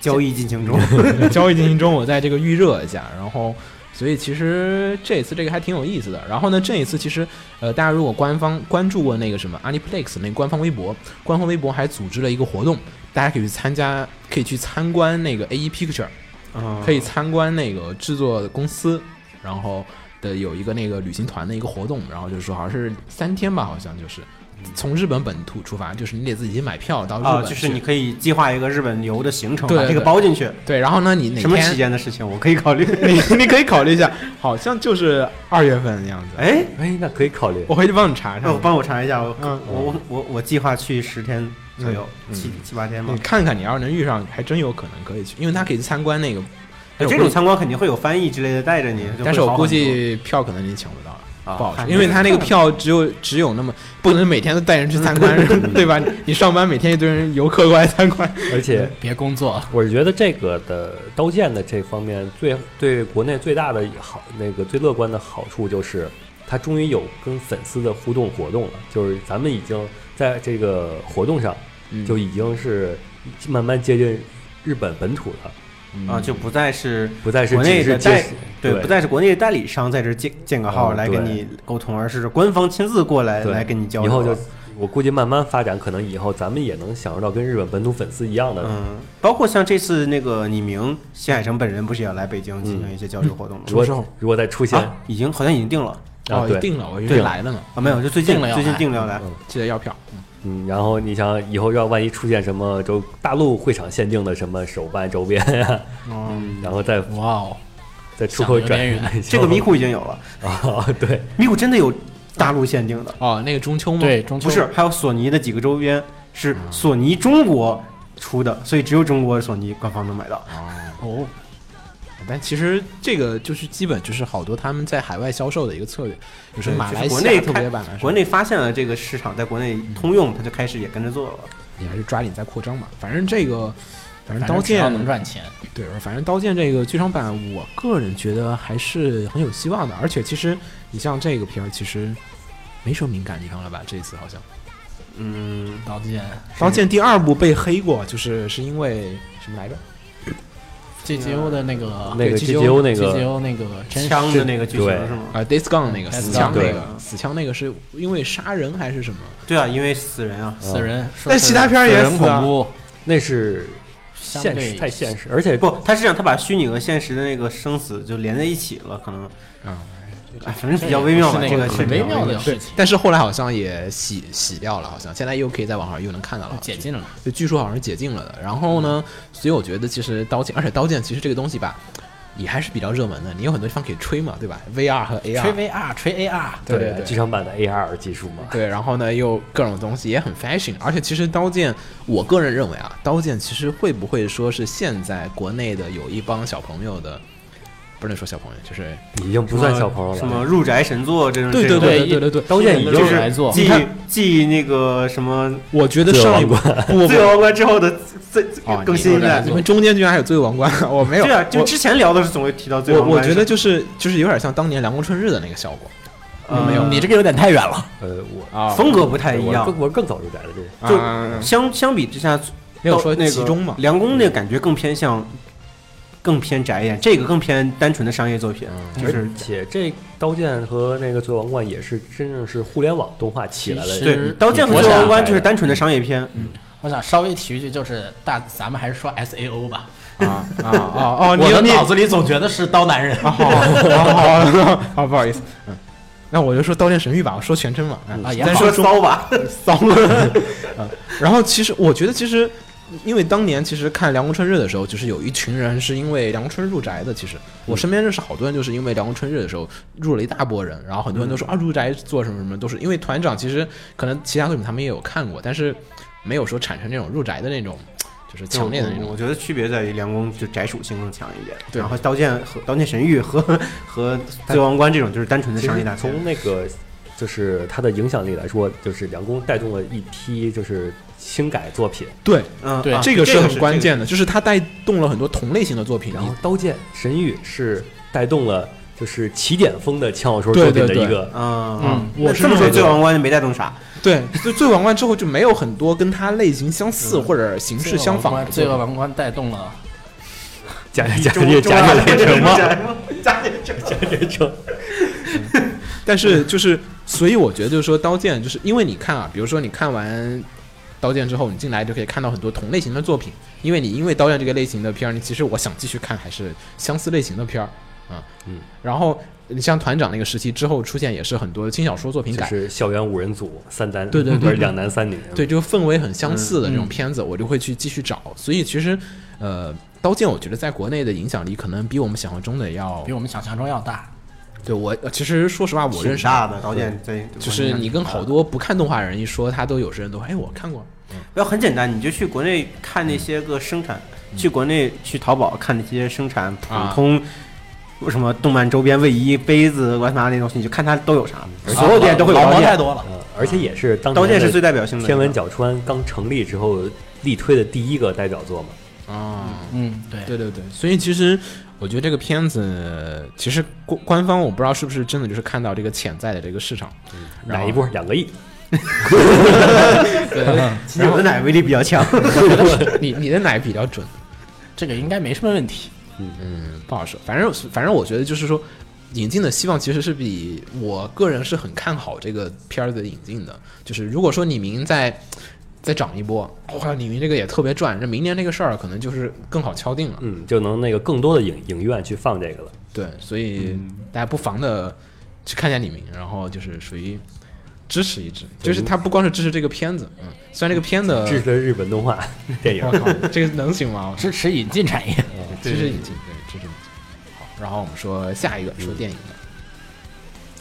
交易进行中。
交易进行中，我在这个预热一下，然后。所以其实这一次这个还挺有意思的。然后呢，这一次其实，呃，大家如果官方关注过那个什么 Aniplex 那官方微博，官方微博还组织了一个活动，大家可以去参加，可以去参观那个 AE Picture，
嗯
可以参观那个制作公司，然后的有一个那个旅行团的一个活动，然后就是说好像是三天吧，好像就是从日本本土出发，就是你得自己买票到日
啊，
本去，
就是你可以计划一个日本游的行程，
对
把这个
对
包进去。
对，然后呢你哪
什么期
天
间的事情，我可以考虑。
你你可以考虑一下，好像就是二月份的样子。，
哎，
哎，那可以考虑。
我回去帮你查查
那我，哦帮我查一下，我
嗯
我我我计划去十天左右，七七八天吧
你。看看，你要是能遇上，还真有可能可以去，因为他可以参观那个。
哎这种参观肯定会有翻译之类的带着你，就会
但是我
好很
估
多
计票可能你抢不到了。
啊
不好说，
看
因为他那个票只有只有那么，不能每天都带人去参观， 对吧？ 你上班每天一堆人游客过来参观，
而且
别工作了，
我是觉得这个的刀剑的这方面最对国内最大的好那个最乐观的好处就是，它终于有跟粉丝的互动活动了，就是咱们已经在这个活动上
嗯
就已经是慢慢接近日本本土了，
啊，就不再是
不再是
国
只
内
是
的
接
代
触
对，不再是国内的代理商在这建建个
哦
号
嗯
来跟
对
你沟通，而是官方亲自过来
对
来跟你交
以
流
后
了。
就我估计慢慢发展，可能以后咱们也能享受到跟日本本土粉丝一样的。
嗯，包括像这次那个李明、新海诚本人不是也要来北京
嗯
进行一些交流活动吗？
如果如果再出现，啊
啊，已经好像已经定了
哦
对，
定了，我以
对
为
了
来了呢，
啊，没有，就最近
定了要
最近
来
定了要来。
记得要票。
嗯，然后你想以后要万一出现什么，就大陆会场限定的什么手办周边呀、
嗯，
然后再
哇哦，
再出口转
想得有点
运，
这个迷糊已经有了，
啊，对，
迷糊真的有大陆限定的。
哦，那个中秋吗？
对，中秋
不是，还有索尼的几个周边是索尼中国出的，所以只有中国索尼官方能买到。
哦，
但其实这个就是基本就是好多他们在海外销售的一个策略，有时候马来西
就是国内
亚
开
特别版来说，
国内发现了这个市场，在国内通用，它就开始也跟着做了。
也还是抓紧在扩张嘛。反正这个，反正
反
刀
正只要能
剑
赚钱，
对，反正刀剑这个剧场版，我个人觉得还是很有希望的。而且其实你像这个片儿，其实没什么敏感地方了吧？这一次好像
嗯，
刀剑
刀剑第二部被黑过，就是是因为什么来着？
GGO 的那个
那个
对
GTO 那个
GGO 那个真实
枪的那个剧情
对
是吗？
啊，Days Gone 那个
Days
死枪
Gone，
那
对
个死枪那个是因为杀人还是什么？
对啊，因为死人啊，
死人，
嗯但其他片儿也
死人
死啊
恐怖，
那是
相
现
对
实太现实，而且
不，他是让他把虚拟和现实的那个生死就连在一起了，可能，
啊，
哎，反正比较微妙吧，
是那
这
个
个是
很微妙的事
对
情，，
但是后来好像也洗洗掉了，好像现在又可以在网上又能看到了，
解禁了，
就据说好像是解禁了的。然后呢，
嗯
所以我觉得其实刀剑，而且刀剑其实这个东西吧，也还是比较热门的，你有很多地方可以吹嘛，对吧？VR 和 AR，
吹 VR 吹 AR，
对对
剧
对。
场版的 AR 技术嘛，
对，然后呢，又各种东西也很 fashion，而且其实刀剑，我个人认为啊，刀剑其实会不会说是现在国内的有一帮小朋友的，不能说小朋友，就是
已经不算小朋友了。
什么入宅神作这种，
对对
这种
对
对
对对对，
刀剑已
就
经
入宅
是
作
继
你看
继那个什么
我觉得上一部不不
《罪恶王冠》之后的最最
啊，
更新一代
你，们中间居然还有罪恶王冠，我没有，
对啊，就
我
之前聊的是总会提到《罪恶
我
王
我
冠》
觉
是吧，
得就是就是有点像当年凉宫春日的那个效果
呃
嗯
没有，你这个有点太远了，
呃，我
啊
风格不太一
我
样
更，我更早入宅了，这
就相相比之下，《
没有说
那个
集中嘛。嗯
梁工那个感觉更偏向，更偏宅一点，这个更偏单纯的商业作品，
嗯
就是
且这《刀剑》和那个《罪恶王冠》也是真正是互联网动画起来
其
了
实。
对《刀剑》和《
我
最后
想
啊
王冠》就是单纯的商业片，
嗯
我想稍微提一句，就是大，咱们还是说 S A O 吧。
啊啊哦哦，你
我的
你
脑子里总觉得是刀男人。
啊，好，好，好，哦好，不好意思，嗯，那我就说《刀剑神域》吧，我说全称吧，
啊也
咱
好
说
骚吧，
骚了，嗯，然后其实我觉得，其实因为当年其实看《凉宫春日》的时候，就是有一群人是因为《凉宫春日》入宅的，其实我身边认识好多人就是因为《凉宫春日》的时候入了一大波人，然后很多人都说、啊入宅做什么什么，都是因为团长其实可能其他作品他们也有看过，但是没有说产生那种入宅的那种就是强烈的那
我
种
我觉得区别在于梁工就宅属性更强一点，
对
然后《刀剑》和《刀剑神域》和和《最后王冠》这种就是单纯的
其
商业
实
大片。
从那个就是它的影响力来说，就是梁工带动了一批就是新改作品，
对。
嗯，
对
啊
这个是很关。键的，就是它带动了很多同类型的作品，
然
嗯
后《刀剑神域》是带动了就是起点风的枪火说
对
作品的
对
一
对
个。
嗯
嗯
那
我是
这么
认
说，《
为
最后王冠》就没带动啥，
对，就《醉王冠》之后就没有很多跟它类型相似
嗯
或者形式相仿的作
罪恶
品。
王冠带动了
加加加加
加
点什么？
么？ 加点什么？
加点什么？
但是
嗯
就是，所以我觉得就是说，《刀剑》就是因为你看啊，比如说你看完《刀剑》之后，你进来就可以看到很多同类型的作品，因为你因为《刀剑》这个类型的片儿，你其实我想继续看还是相似类型的片儿啊。
嗯。
然后你像团长那个时期之后出现也是很多轻小说作品
就
改，
是校园五人组三男，
对对对
不是两男三女。
对，这个氛围很相似的这种
嗯
片子，我就会去继续找。所以其实，呃，《刀剑》我觉得在国内的影响力可能比我们想象中的要
比我们想象中要大。
对我呃其实说实话，我认识
大的导演在
嗯就是你跟好多不看动画人一说，他都有时人都哎我看过，
要很简单，你就去国内看那些个生产，
嗯
去国内去淘宝看那些生产普
啊
通。什么动漫周边卫衣、杯子、乱七八糟那东西，你就看它都有啥，所有店都会有
劳
刀
模啊太
剑。
多了。
呃，而且也是当
刀
年
剑是
的
最代表性的。
天文角川刚成立之后力推的第一个代表作嘛。
啊，
嗯，对，
对对对，所以其实我觉得这个片子其实官官方我不知道是不是真的就是看到这个潜在的这个市场， 然
哪
后
一波两个亿？
有的奶威力比 较强。
你你的奶比较准，
这个应该没什么问题。
嗯，不好说，反正反正我觉得就是说。引进的希望其实是比我个人是很看好这个片儿的引进的，就是如果说李明再再涨一波，哇，李明这个也特别赚，这明年这个事儿可能就是更好敲定了。
嗯，就能那个更多的影影院去放这个了。
对，所以大家不妨的去看一下李明，然后就是属于支持一支，就是他不光是支持这个片子，嗯，虽然这个片
呃
子，
支持日本动画 电影
我。靠，这个能行吗？
支持引进产业，
支持引进，对，支持引进。好，然后我们说下一个说电影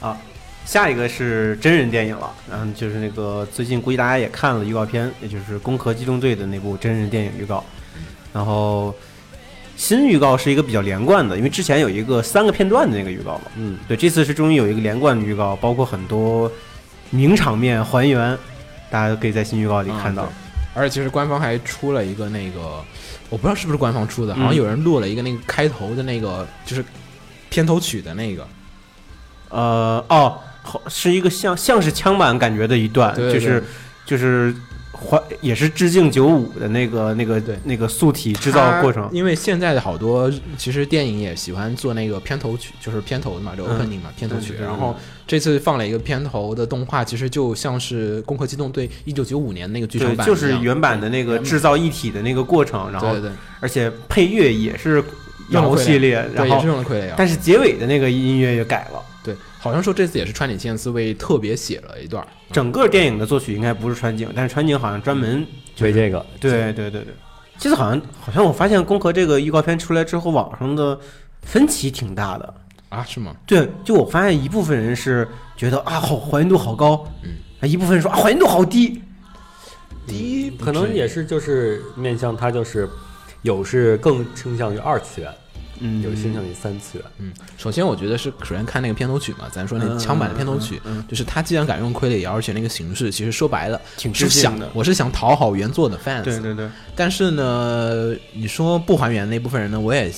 的，
啊，下一个是真人电影了，然后就是那个最近估计大家也看了预告片，也就是《攻壳机动队》的那部真人电影预告，然后新预告是一个比较连贯的，因为之前有一个三个片段的那个预告嘛，
嗯，
对，这次是终于有一个连贯的预告，包括很多名场面还原，大家都可以在新预告里看到。
嗯而且其实官方还出了一个那个，我不知道是不是官方出的，好像
嗯
有人录了一个那个开头的那个，就是片头曲的那个，
呃，哦，好，是一个像像是枪版感觉的一段，
对对
就是就是还也是致敬九五的那个那个
对
那个素体制造过程
它。因为现在的好多其实电影也喜欢做那个片头曲，就是片头的嘛，就
嗯
opening 嘛，片头曲。
对对对
然后这次放了一个片头的动画，其实就像是《攻壳机动队》一九九五年那个剧场
对，
版一样，
就是原版的那个制造一体的那个过程，然
对
后
对对，
而且配乐也是
用了
摇
傀儡
系列，
对
然
也
后
是用了傀儡啊。
但是结尾的那个音乐也改了。
对，好像说这次也是川井宪司为特别写了一段儿。
整个电影的作曲应该不是川井，但是川井好像专门
嗯
所以这个
对对对对。其实好像好像我发现《攻壳》这个预告片出来之后，网上的分歧挺大的。
啊，是吗？
对，就我发现一部分人是觉得啊，好还原度好高，
嗯
啊，一部分人说啊，还原度好低，
第一可能也是就是面向它就是有是更倾向于二次元，
嗯
有倾向于三次元。
嗯，首先我觉得是首先看那个片头曲嘛，咱说那个
嗯
枪版的片头曲，
嗯嗯
就是他既然敢用傀儡摇，而且那个形式其实说白了
挺
是
致
想
敬的。
我是想讨好原作的 fans，
对对对，
但是呢，你说不还原那部分人呢，我也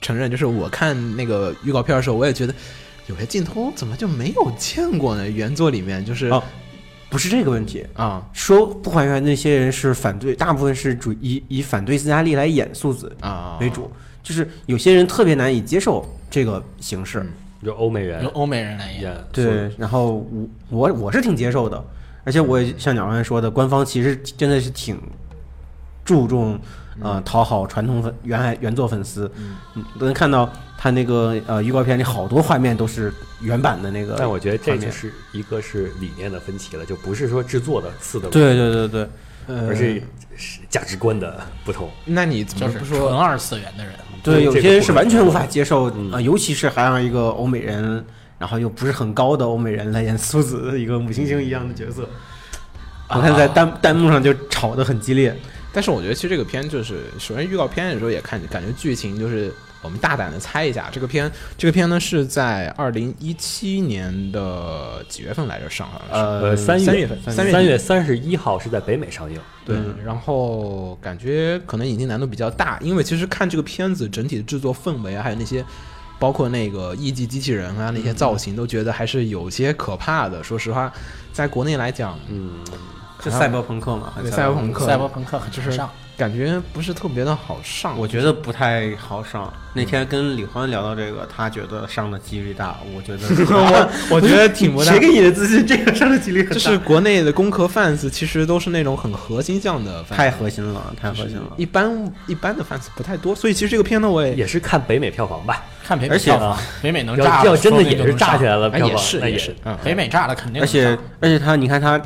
承认，就是我看那个预告片的时候，我也觉得有些镜头怎么就没有见过呢？原作里面就是
哦不是这个问题。
啊
说不还原那些人是反对，大部分是主以以反对斯嘉丽来演素子
啊
为主，就是有些人特别难以接受这个形
嗯
式。
就欧美人
由欧美人来演。
演，
对，然后我我我是挺接受的，而且我也像鸟刚才说的，官方其实真的是挺注重呃讨好传统粉原来原作粉丝，嗯，能看到他那个呃预告片里好多画面都是原版的那个画面，
但我觉得这就是一个是理念的分歧了，就不是说制作的次的问题，
对对对对，呃
而是是价值观的不同。
那你怎
就
么
是
不
纯
说
二次元的人，
对
呃对，有
这个
些人
不
是
能嗯
完全
接
无
受
法接受，呃，尤其是还让一个欧美人，然后又不是很高的欧美人来演苏子的一个母猩猩一样的角色。我看在
啊
弹弹幕上就吵得很激烈，
但是我觉得其实这个片就是，首先预告片的时候也看，感觉剧情就是我们大胆的猜一下，这个片这个片呢是在二零一七年的几月份来着上好像是。
呃，三
三
月
月份
三
三月
月三十一号是在北美上映，
对
嗯，
然后感觉可能引进难度比较大，因为其实看这个片子整体的制作氛围啊，还有那些包括那个艺伎机器人啊那些造型，都觉得还是有些可怕的。说实话，在国内来讲，
嗯，
是赛博朋克嘛？还
对
是
赛博朋克，
赛博朋克很
就
时
是
尚。
感觉不是特别的好上。
我觉 得不太好上。那天跟李欢聊到这个，他觉得上的几率大，我觉得
我觉得挺不大
谁。给你的自信？这个上的几率很大，
就是国内的工科 fans 其实都是那种很核心向的 fans，
太核心了，太
就
核
是
心了。
一般一般的 fans 不太多，所以其实这个片呢，我也
也是看北美票房吧。
看北美
而且
票房，北美能
要
炸了，
要真的
说不定
也
就是能
炸
上
起来了，
哎
票
也
房
是
那
也
也
是，嗯，
北美炸了肯定
而
能上。
且而且他，你看他，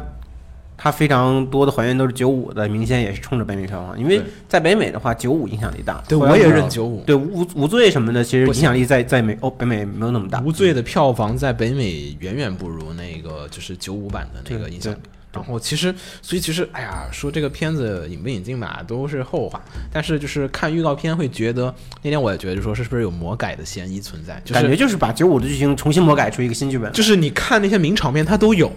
他非常多的还原都是九五的，明显也是冲着北美票房，因为
对
在北美的话，九五影响力大。
对
后来
我也
知道
认95
对无无罪什么的，其实
不
影
行
响力在在美欧北美没有那么大。
无罪的票房在北美远远不如那个就是九五版的那个印象力。然后其实，所以其实，哎呀，说这个片子引不引进吧，都是后话。但是就是看预告片会觉得，那天我也觉得说是不是有魔改的嫌疑存在，就是
感觉就是把九五的剧情重新魔改出一个新剧本。
就是你看那些名场面它都有，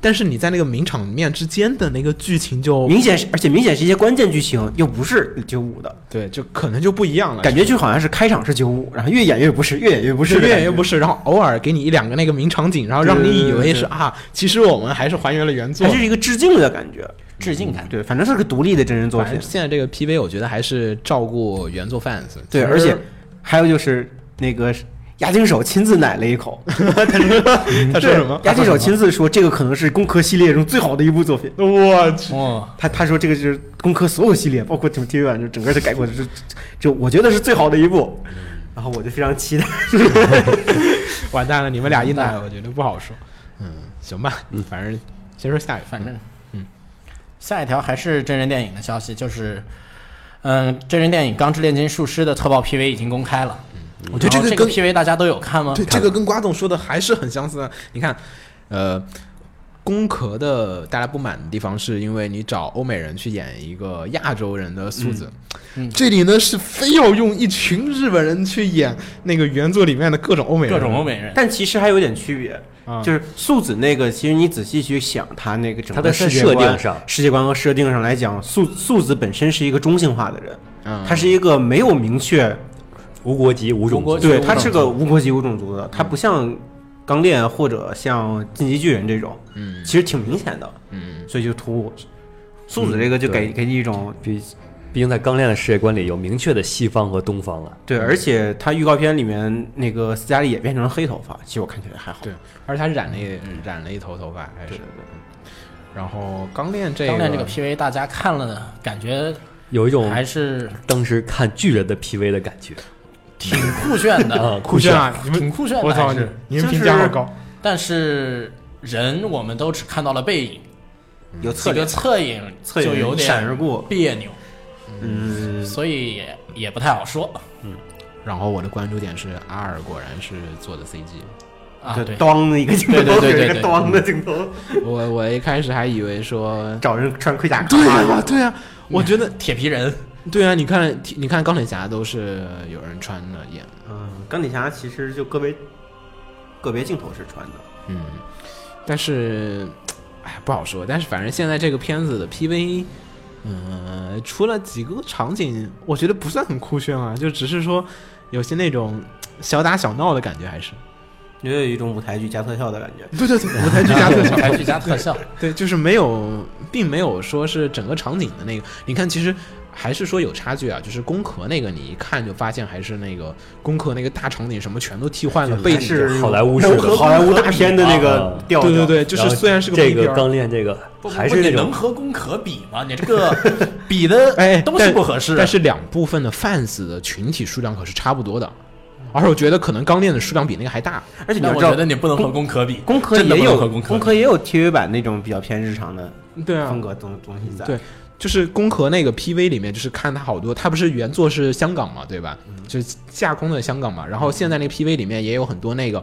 但是你在那个名场面之间的那个剧情就
明显是，而且明显是一些关键剧情，又不是九五的
对，就可能就不一样了，
感觉，就好像是开场是九五，然后越演越不是，越演越不
不
是，
是越演越不是，然后偶尔给你一两个那个名场景，然后让你以为是
对对对对
啊，其实我们还是还原了原
是，
作
还，是一个致敬的感觉。
致敬感，
对，反正是个独立的真人作
反
品
正。现在这个 PV 我觉得还是照顾原作 fans，
对，
其实
而且还有就是那个押井守亲自奶了一口，
他说什么？
押井守
其实
亲自说，这个可能是工科系列中最好的一部作品。
我去，
哦，
他他说这个就是工科所有系列，包括什么 TV 版，就整个的改过，就就我觉得是最好的一部。然后我就非常期待。
完蛋了，你们俩一奶，我觉得不好说。嗯，行吧，反正先说下一个，
反正，嗯，下一条还是真人电影的消息，就是，嗯，真人电影《钢之炼金术师》的特报 PV 已经公开了。
嗯
我觉得这
然后
个
这个
跟
PV 大家都有看吗？
对，这个跟瓜总说的还是很相似的。你看，呃，工壳的大家不满的地方，是因为你找欧美人去演一个亚洲人的素子，
嗯嗯
这里呢是非要用一群日本人去演那个原作里面的各种欧美人，
各种欧美人，
但其实还有点区别，
啊
就是素子那个，其实你仔细去想，他那个整
它
个
的
世
设
界观
定上
世界观和设定上来讲，素素子本身是一个中性化的人，
嗯
他是一个没有明确
无国籍无种
中国
族，
籍
对，
无
他
种
是
族
个无国籍无种族的，他不像钢炼或者像进击巨人这种，
嗯
其实挺明显的，
嗯，
所以就突兀。素子这个就给、
对
给你一种
毕毕竟在钢炼的世界观里有明确的西方和东方了。
对，而且他预告片里面那个斯嘉丽也变成了黑头发，其实我看起来还好。
对，而且他染了一染了一头头发，还是
对。
然后钢炼这个，
当然这个 PV 大家看了，感觉
有一种
还是
当时看巨人的 PV 的感觉，
挺酷炫的，
嗯
啊，酷
炫
炫！
啊，你
挺
们
酷炫的。
我操
还是，
你们
就是
评价好高，
但是人我们都只看到了背影，
有
几
侧
个
脸，
侧影
侧
就
影
有点
闪而过
别扭，
嗯，
所以也也不太好说
然后我的关注点是阿尔果然是做的 CG，
啊。
就
对，
当的一个镜头，
对对对对
有一
对
个当的镜头，
我我一开始还以为说
找人穿盔甲，
对
咔
啊，对啊，我觉得
铁皮人
对啊，你看，你看钢铁侠都是有人穿的演，
嗯，钢铁侠其实就个别个别镜头是穿的，
嗯，但是，哎，不好说。但是反正现在这个片子的 PV，嗯、除了几个场景，我觉得不算很酷炫啊，就只是说有些那种小打小闹的感觉，还是
也有一种舞台剧加特效的感觉。
对对对，舞台剧加特效
舞，台剧加特效，
对，就是没有，并没有说是整个场景的那个。你看，其实还是说有差距啊。就是工壳那个，你一看就发现还是那个工壳那个大场景什么全都替换了背
还
景。
是
好莱坞式的
能和啊好莱坞大片的那个
啊
调调。
对对对，就是
然后
虽然是个
这
背边
个
儿
刚练这个
不不
还
不
是
你
那种
能和工壳比吗？你这个比的
哎，
东西
但
不合适。啊
但是两部分的 fans 的群体数量可是差不多的，而且我觉得可能刚练的数量比那个还大。
而且你
那
要
我
知道
觉，得你不能和工壳比，
工科
真的
也
不能
有
和工
工科
科比。啊
也有 TV 版那种比较偏日常的
对
风格东东西在。
对就是宫壳那个 PV 里面，就是看他好多，他不是原作是香港嘛，对吧？
嗯
就是架空的香港嘛。然后现在那个 PV 里面也有很多那个，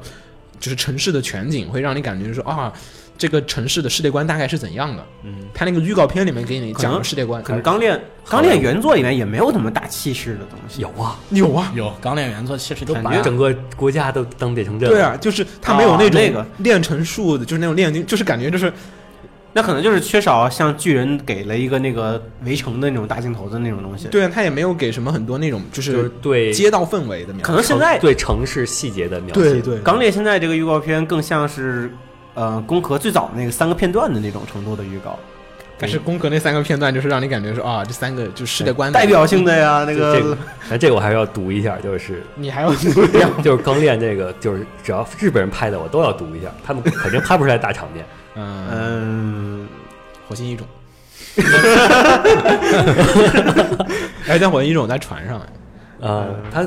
就是城市的全景，会让你感觉说啊，这个城市的世界观大概是怎样的。嗯，他那个预告片里面给你
可能
讲的世界观，
可能钢炼钢炼原作里面也没有怎么大气势的东西。
有啊，
有啊，
有钢炼原作其实都
感
把
觉
整个国家都当变成这
对啊，就是他没有
啊
那
那
种
个
炼成术的，就是那种炼金，就是感觉就是
那可能就是缺少像巨人给了一个那个围城的那种大镜头的那种东西。，
对啊，他也没有给什么很多那种就
就是
是
对
街道氛围的描
可
述。
能现在
对城市细节的描写。
对对，
钢炼现在这个预告片更像是，呃，工壳最早那个三个片段的那种程度的预告，
但是宫壳那三个片段就是让你感觉说啊，这三个就是世界观
代表性的呀，那
这
个
个，哎，这个我还是要读一下，就是
你还要读掉。
就是刚练这个，就是只要日本人拍的，我都要读一下，他们肯定拍不出来大场面。
嗯，
嗯，
火星异 种。哎，但火星异种在船上，
呃，他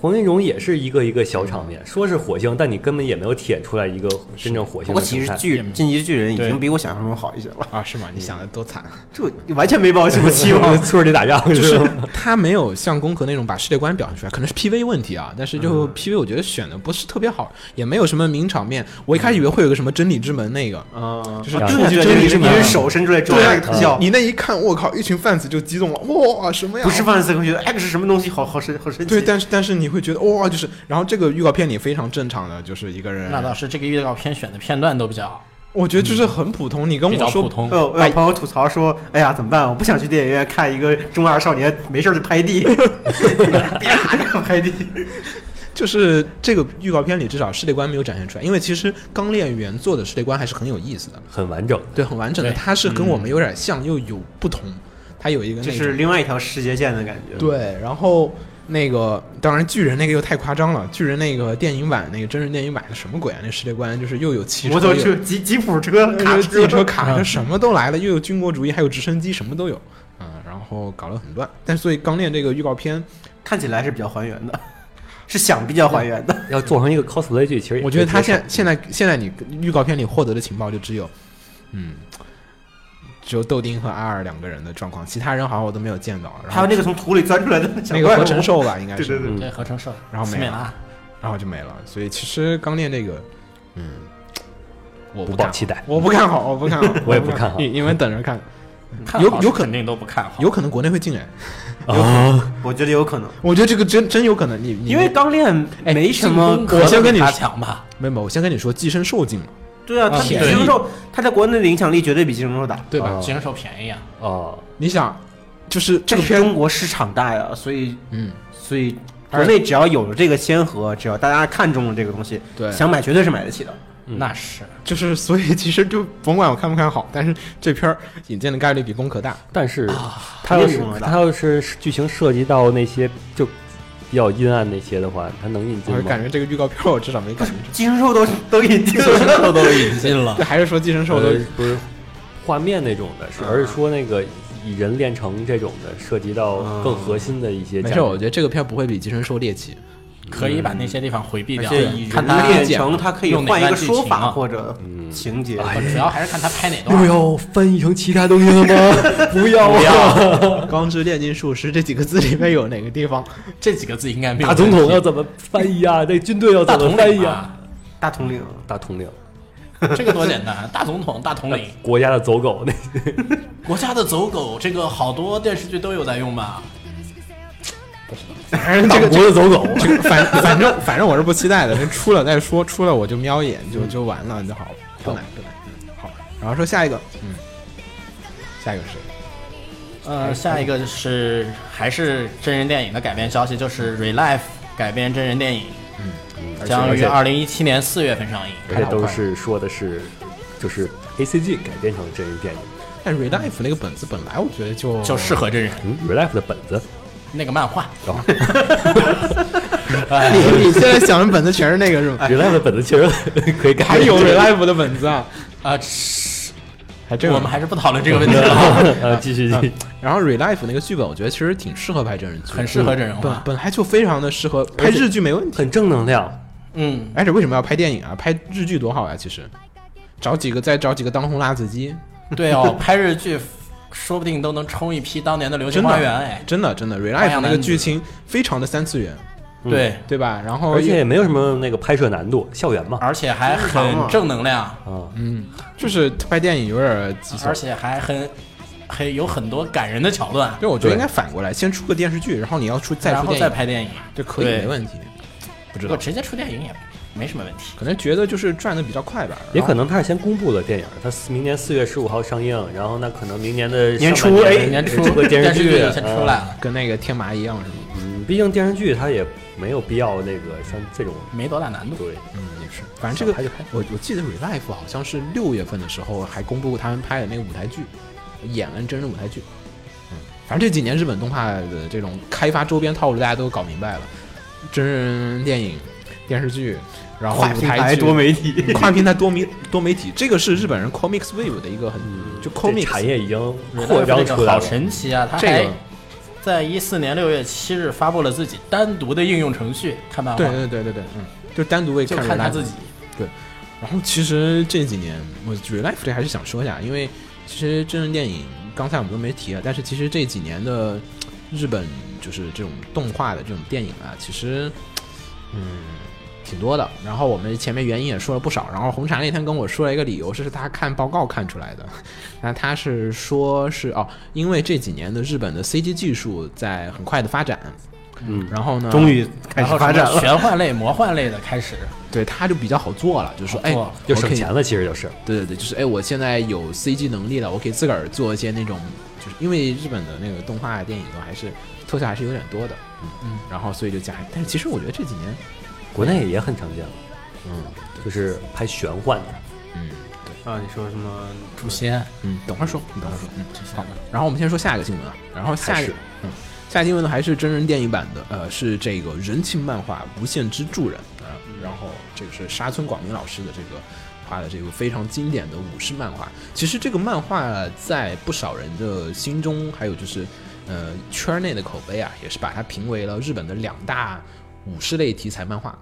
黄金荣也是一个一个小场面，说是火星，但你根本也没有体验出来一个真正火
不
星
过
的
其
形
实
态。。
巨进击巨人已
对
经比我想象中好一些了，
啊，是吗？你想的多惨，啊
这我完全没抱什么期望
村里打仗
就是
吧
他没有像工壳那种把世界观表现出来，可能是 PV 问题啊。但是就 PV 我觉得选的不是特别好，也没有什么名场面。我一开始以为会有个什么真理之门那个，
啊，
就是
对
触及
对
真理
对，
之门
一只手伸出来抓
对啊
那个特效，
你那一看，我靠，一群贩子就激动了，哇，什么呀？
不是万斯科学，哎，这是什么东西？好好神，好神奇。
对，但是但是你会觉得哇，就是，然后这个预告片里非常正常的，就是一个人，
那倒是，这个预告片选的片段都比较
我觉得就是很普通。你跟
比较
我说
普通。
呃，我有朋友吐槽说，哎呀，怎么办？我不想去电影院看一个中二少年没事儿就 拍地， 啪就拍地。
就是这个预告片里至少世界观没有展现出来，因为其实《钢炼》原作的世界观还是很有意思的，
很完整。
对，很完整的。嗯
对
它是跟我们有点像，又有不同，它有一个那
就
种
是另外一条世界线的感觉。，
对，然后。那个当然，巨人那个又太夸张了。巨人那个电影版，那个真人电影版什么鬼啊？那世界观就是又有汽车，
摩托
又
车、吉吉普车、卡
卡
车
汽车、卡车什么都来了，又有军国主义，还有直升机，什么都有。嗯，然后搞得很乱。但所以《钢炼》这个预告片，
看起来是比较还原的，是想比较还原的。
要做成一个 cosplay 剧，其实也
我觉得他
挺
现现在现在你预告片里获得的情报就只有，嗯，只有豆丁和阿尔两个人的状况，其他人好像我都没有见到。然
还有
后
那个从土里钻出来的小
那
怪
个合
物
成，兽吧，应该
对对
是，
对，
嗯
对合成社，
然后
斯
没
美
了
拉，
然后就没了。所以其实《钢炼》这个，嗯，我
不
看
抱
好
期待，
我不看好，我不看好
我也不看好
你你们等着看，
看
有
好
有
是
可
肯定都不看好。
有可能国内会进哎，
啊，
我觉得有可能，
我觉得这个真真有可能，你你
因为钢炼
哎
没什么
我先跟你
他
说
强吧，
没有没有，我先跟你说，寄生兽进了，
对啊，他比
对
寄生兽，他在国内的影响力绝对比寄生兽大。
对吧？
哦
寄生兽便宜啊，
哦，
你想，就是这
这
个
个
片，
中国市场大呀，所以
嗯，
所以国内只要有了这个先河，只要大家看中了这个东西，
对
想买绝对是买得起的。
嗯
那是
就是所以其实就甭管我看不看好，但是这片儿引进的概率比功可大。
但是他要
肯定
是
是能的
他要是剧情涉及到那些就比较阴暗那些的话，他能引进
我
吗
感？觉这个预告片儿我至少没感觉出来。
寄生兽都都已经
都都引进了
对，，还是说寄生兽都
呃不是画面那种的，是而是说那个以人炼成这种的，涉及到更核心的一些价
没
值。
事，我觉得这个片儿不会比寄生兽猎奇。
可以把那些地方回避
而
掉
且以，
看
人
他
炼
剪
成，
了
它可以
用哪
换一
段
个
剧
说
情哎
法
啊
或者情节。
主要还是看他拍哪 段。
又要翻译成其他东西了吗？ 不要啊！
《钢之炼金术师》这几个字里面有哪个地方？
这几个字应该没
大
有问
总
题。
统要怎么翻译啊？这军队要
大
怎么
统
翻译
领
啊？
啊，
大统领，
大统领，
这个多简单，啊大总统、大统领，
国家的走狗 那
国家的走狗，这个好多电视剧都有在用吧？
反正这个
大国的走 狗。
这个 反反正反正我是不期待的，那出了再说，出了我就瞄一眼就就完了就好了，不难不难。嗯，好，然后说下一个，嗯，下一个是谁？
呃，下一个就是还是真人电影的改编消息，就是《Relife》改编真人电影。嗯，
而且
将
而
于
且
二零一七年四月份上映。
而且都是说的是，就是 A C G 改编成真人电影。
但 Relife 哎那个本子本来我觉得就
就适合真人
嗯，Relife 的本子，
那个漫画，
然后
你你现在想的本子全是那个是 吗？
Relife 的本子确实 可以改
哎还
编
有
成真人。
Relife 的本子啊，
呃，是
还真有
我们还是不讨论这个问题了，
呃，继续继续，
然后 Relife 那个剧本，我觉得其实挺适合拍真人剧的，
很适合真人
本
化。
本来就非常的适合拍日剧没问题。
很正能量。
嗯，
而且为什么要拍电影啊？拍日剧多好啊！其实，找几个再找几个当红辣子鸡，
对哦，拍日剧说不定都能冲一批当年的《流
真
星
的
花园》哎。
真的真的
花
，Relife
样
那
男
个
子
剧情非常的三次元，
对，
对吧？然后
而且也没有什么那个拍摄难度，校园嘛。
而且还很正能量，
嗯
啊，
就是拍电影有点儿棘手
而。且还很很有很多感人的桥段，
对，我觉得
对
应该反过来，先出个电视剧，然后你要出再
然
出
后
电
再
影，
拍电影，
这可以
对
没问题。不知
我
道，
直接出电影也没什么问题。
可能觉得就是赚的比较快吧。
也可
能
能他是先公布了电影，他四明年四月十五号上映，然后那可能明年的
年
上半
初哎
年初
这个电
电
视
视
剧
剧先出来。
啊
了，
跟那个天麻一样是吗？
嗯，毕竟电视剧它也没有必要那个像这种
没多大难度。
对，
嗯，也是。反正这
想拍
个
就拍，
我我记得 Relife 好像是六月份的时候还公布过他们拍的那个舞台剧，演了真人舞台剧。嗯，反正这几年日本动画的这种开发周边套路大家都搞明白了，真人电影、电视剧，然后
跨
舞
平
台
台
剧
多媒体，
跨平台多媒多媒体，这个是日本人 Comics Wave 的一个很
这
就 Comics
产业已经扩张
这
出
个
来
好
了。
神奇啊！他
这
还
个
在一四年六月七日发布了自己单独的应用程序，看漫画
对对对对对，嗯，就单独为
就看他
Relife
自己。
然后其实这几年，我觉得 Life 这还是想说一下，因为其实真人电影刚才我们都没提啊，但是其实这几年的日本就是这种动画的这种电影啊，其实嗯挺多的。然后我们前面原因也说了不少，然后红茶那天跟我说了一个理由，是他看报告看出来的。 那他是说是哦，因为这几年的日本的 CG 技术在很快的发展，
嗯，
然后呢，
终于开
然
始
后
发
什
展
么
了。
玄幻类、魔幻类的开始，
对他就比较好做了，就是说哎
好做了，
就
我
省
可以
钱了，其实就是
对对对，就是哎，我现在有 CG 能力了，我可以自个儿做一些那种，就是因为日本的那个动画电影都还是特效还是有点多的，嗯嗯，然后所以就加，但是其实我觉得这几年，
国内也很常见了，
嗯
就是拍玄幻的。
嗯
啊，你说什么？
诛仙
嗯，等会儿说，你等会儿说，嗯，
这些
好
的，
然后我们先说下一个新闻啊，然后下一
还
个
是，
嗯，下一个新闻呢还是真人电影版的，呃，是这个人气漫画《无限之助人》啊、然后这个是沙村广明老师的这个画的这个非常经典的武士漫画。其实这个漫画在不少人的心中，还有就是呃圈内的口碑啊，也是把它评为了日本的两大武士类题材漫画，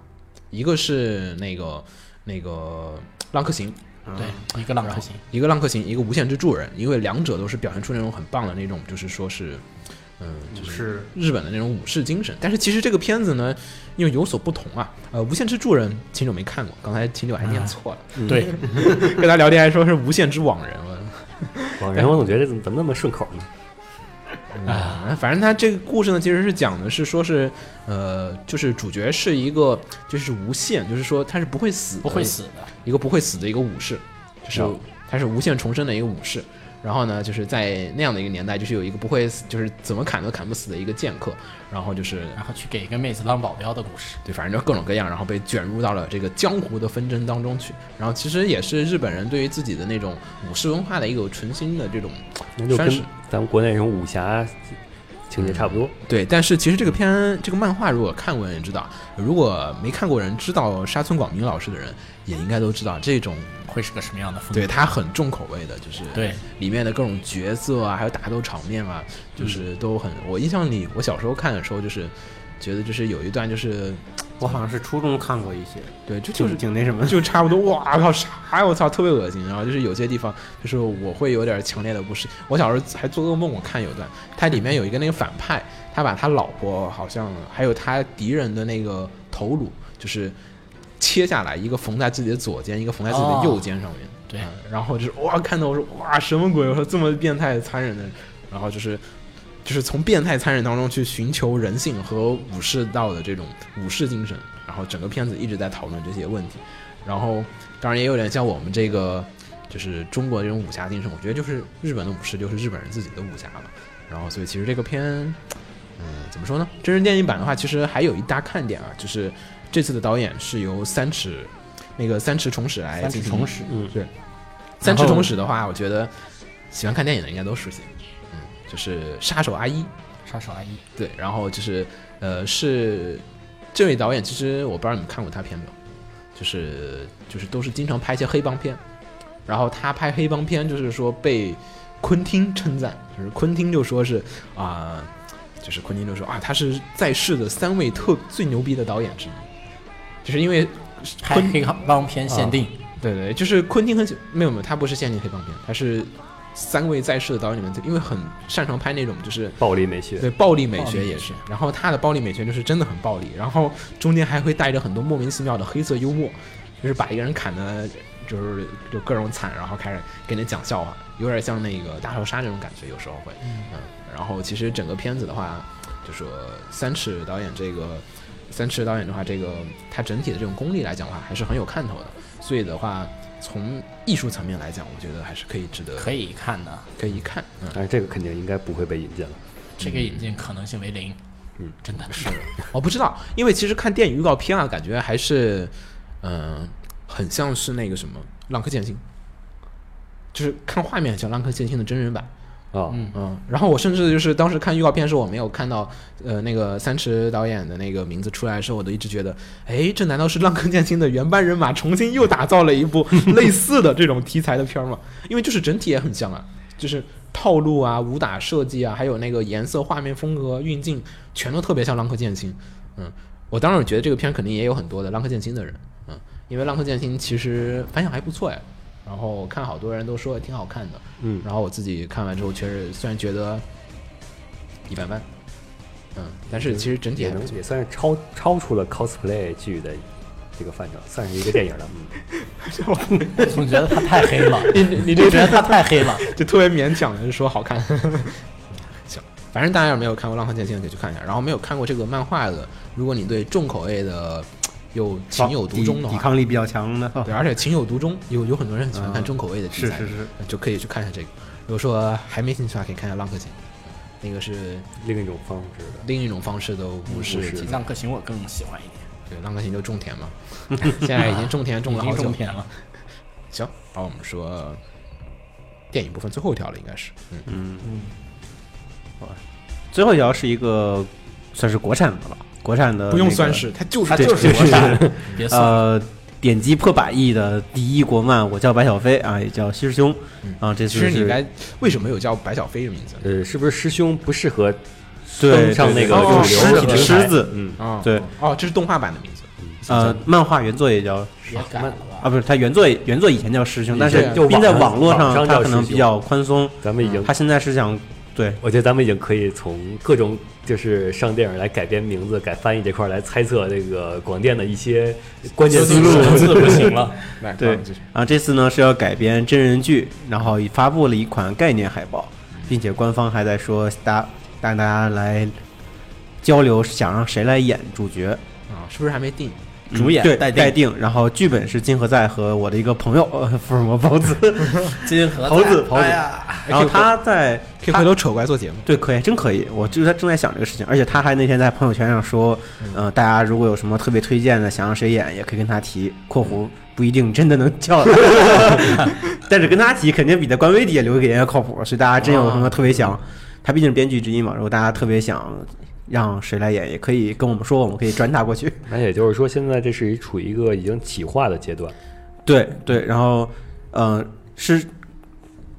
一个是那个那个浪客行，
嗯
对，一个浪客行，
一个浪客行，一个无限之助人，因为两者都是表现出那种很棒的那种，就是说是，嗯、就是
是
日本的那种武士精神。但是其实这个片子呢，又有所不同啊。呃，无限之助人，秦九没看过，刚才秦九还
啊
念错了，
对，
跟他聊天还说是无限之网人，我
网人嗯我总觉得怎么怎么那么顺口呢？
嗯
啊，反正他这个故事呢，其实是讲的是说是，呃，就是主角是一个就是无限，就是说他是不会死的，
不会死的。
一个不会死的一个武士，就是
哦
他是无限重生的一个武士。然后呢，就是在那样的一个年代，就是有一个不会死，就是怎么砍都砍不死的一个剑客。然后就是
然后去给一个妹子当保镖的故事，
对，反正就各种各样，然后被卷入到了这个江湖的纷争当中去。然后其实也是日本人对于自己的那种武士文化的一个纯新的这种
那就
算
跟
是
咱们国内这种武侠情节差不多。
对，但是其实这个片这个漫画，如果看过人知道，如果没看过人知道沙村广明老师的人，也应该都知道这种
会是个什么样的风
对
格？
他很重口味的，就是
对
里面的各种角色啊，还有打斗场面啊，就是都很。我印象里，我小时候看的时候，就是觉得就是有一段就是
我好像是初中看过一些，
对，就就
就是是挺那什么的。
就差不多，哇靠，啥呀？我操，特别恶心。然后就是有些地方，就是我会有点强烈的不适。我小时候还做噩梦，我看有段，它里面有一个那个反派，他把他老婆好像还有他敌人的那个头颅，就是切下来，一个缝在自己的左肩，一个缝在自己的右肩上面。
对
嗯然后就是哇，看到我说哇，什么鬼？我说这么变态残忍的，然后就是。就是从变态残忍当中去寻求人性和武士道的这种武士精神，然后整个片子一直在讨论这些问题，然后当然也有点像我们这个就是中国这种武侠精神，我觉得就是日本的武士就是日本人自己的武侠了，然后所以其实这个片，嗯，怎么说呢？真人电影版的话，其实还有一大看点啊，就是这次的导演是由三尺那个三池崇史来
三
进
尺
行
重史，
嗯，
对，三池
然后
崇史的话，我觉得喜欢看电影的应该都熟悉，嗯，就是《杀手阿一》。
杀手阿姨，
对，然后就是呃，是这位导演，其实我不知道你们看过他片没有，就是就是都是经常拍一些黑帮片，然后他拍黑帮片就是说被昆汀称赞，就是昆汀就说是啊、就是昆汀就说啊，他是在世的三位特最牛逼的导演之一，就是因为
拍黑帮片限定，
啊
对对，就是昆汀很喜没有没有，他不是限定黑帮片，他是三位在世的导演里面最，因为很擅长拍那种就是
暴力美学，
对，暴力美
暴力
学
美
也是。然后他的暴力美学就是真的很暴力，然后中间还会带着很多莫名其妙的黑色幽默，就是把一个人砍的，就是就各种惨，然后开始给你讲笑话，有点像那个大逃杀那种感觉，有时候会。嗯，然后其实整个片子的话，就说三尺导演这个。三尺导演的话，这个他整体的这种功力来讲的话，还是很有看头的。所以的话，从艺术层面来讲，我觉得还是可以值得
可以看的。
可以一看。嗯，
但是哎这个肯定应该不会被引进了。
这个引进可能性为零，
嗯，
真的是
我哦不知道，因为其实看电影预告片啊，感觉还是，嗯、很像是那个什么《浪客剑心》，就是看画面很像《浪客剑心》的真人版。
啊，
嗯
嗯，然后我甚至就是当时看预告片的时候，我没有看到呃那个三池导演的那个名字出来的时候，我都一直觉得，哎，这难道是《浪客剑心》的原班人马重新又打造了一部类似的这种题材的片儿吗？因为就是整体也很像啊，就是套路啊、武打设计啊，还有那个颜色、画面风格、运镜，全都特别像《浪客剑心》。嗯，我当然觉得这个片儿肯定也有很多的《浪客剑心》的人，嗯，因为《浪客剑心》其实反响还不错哎，然后我看好多人都说挺好看的。
嗯，
然后我自己看完之后，确实虽然觉得一般般，嗯，但是其实整体
也
还不
能
错。
也算是超超出了 cosplay 剧的这个范畴，算是一个电 影了。嗯，
我总觉得他太黑了，
你你
我觉得他太黑了。
就特别勉强的说好看。 行，反正大家要是没有看过《浪客剑心》的，可以去看一下。然后没有看过这个漫画的，如果你对重口味的有情有独钟的
抵
话，
抗力比较强的，
对，而啊且情有独钟，有有很多人很喜欢看
嗯
重口味的题
是
材，
是是，
就可以去看一下这个。如果说还没兴趣的话，可以看一下《浪客剑心》，那个是
另一种方式的。
另一种方式的武士题材。
浪客行我更喜欢一点，
对，浪客行就种田 嘛，现在已经种田种了
已
好
经
久
中。篇了。
行，然后我们说电影部分最后一条了，应该是，嗯，
嗯嗯。最后一条是一个算是国产的吧，国产的
不用
那个
算是，它就是
他
这
就是
样
国产，别算了。
呃，点击破百亿的第一国漫，我叫白小飞啊，也叫西师兄
嗯
啊。这
其
次
实
是
你该为什么有叫白小飞的名字
呃，是不是师兄不适合
对
登上那个
对
主
对
流
哦
的
实体
平
的
台
狮子，
嗯，
啊
对，
哦，这是动画版的名字，
呃，漫画原作也叫
别改了吧
啊，，不是，它原作原作以前叫师兄，但是
前
就
因在网络
网上
上
叫
它可能
师兄
比较宽松，
咱们已经
它现在是想对
我觉得咱们已经可以从各种就是上电影来改编名字、改翻译这块儿来猜测这个广电的一些关键 思路。
字不行了。
来，
对
嗯继续
啊，这次呢是要改编真人剧，然后发布了一款概念海报，并且官方还在说大带大家来交流，想让谁来演主角。
啊，是不是还没定？
主演
嗯对
戴定
戴定，然后剧本是金河在和我的一个朋友呃 福尔摩包子，
金河
猴子猴子哎
哎呀，
然后他在
可以
他
回头扯过来做节目，
对，可以，真可以。我就是正在想这个事情，而且他还那天在朋友圈上说，呃，大家如果有什么特别推荐的，想让谁演，也可以跟他提（括弧不一定真的能 叫来但是跟他提肯定比在官微底下留给人家靠谱。所以大家真有什么特别想，他毕竟是编剧之一嘛，如果大家特别想让谁来演，也可以跟我们说，我们可以转达过去。
那也就是说，现在这是一处于一个已经企划的阶段，
对对，然后呃是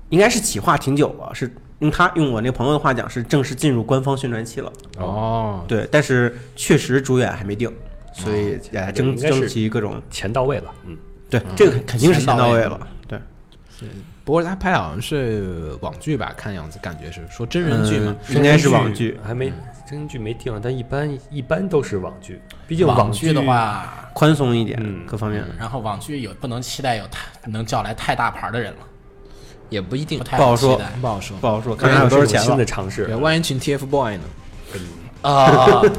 应该是企划挺久了，是用他用我那个朋友的话讲，是正式进入官方宣传期了。
哦，
对，但是确实主演还没定，所以哎
这个
也征
哦应该是
征集各种。
钱到位了。嗯，
对，这个肯定是先
钱到
到
位
位
了
了。对，
不过他拍的好像是网剧吧，看样子感觉是说真人剧嘛，
嗯应该是网剧。
还没真人剧没定，但一般一般都是网剧，毕竟
网
剧
剧的，话，
宽松一点，
嗯
各方面。
然后网剧有不能期待有太能叫来太大牌的人了，
也不一定
不，太
不好
期
说
待
不好说
不。好说，看
看
看
有
有多少钱
新
了
的。尝试
对，。万一群 TFBOY 呢？
啊。
哦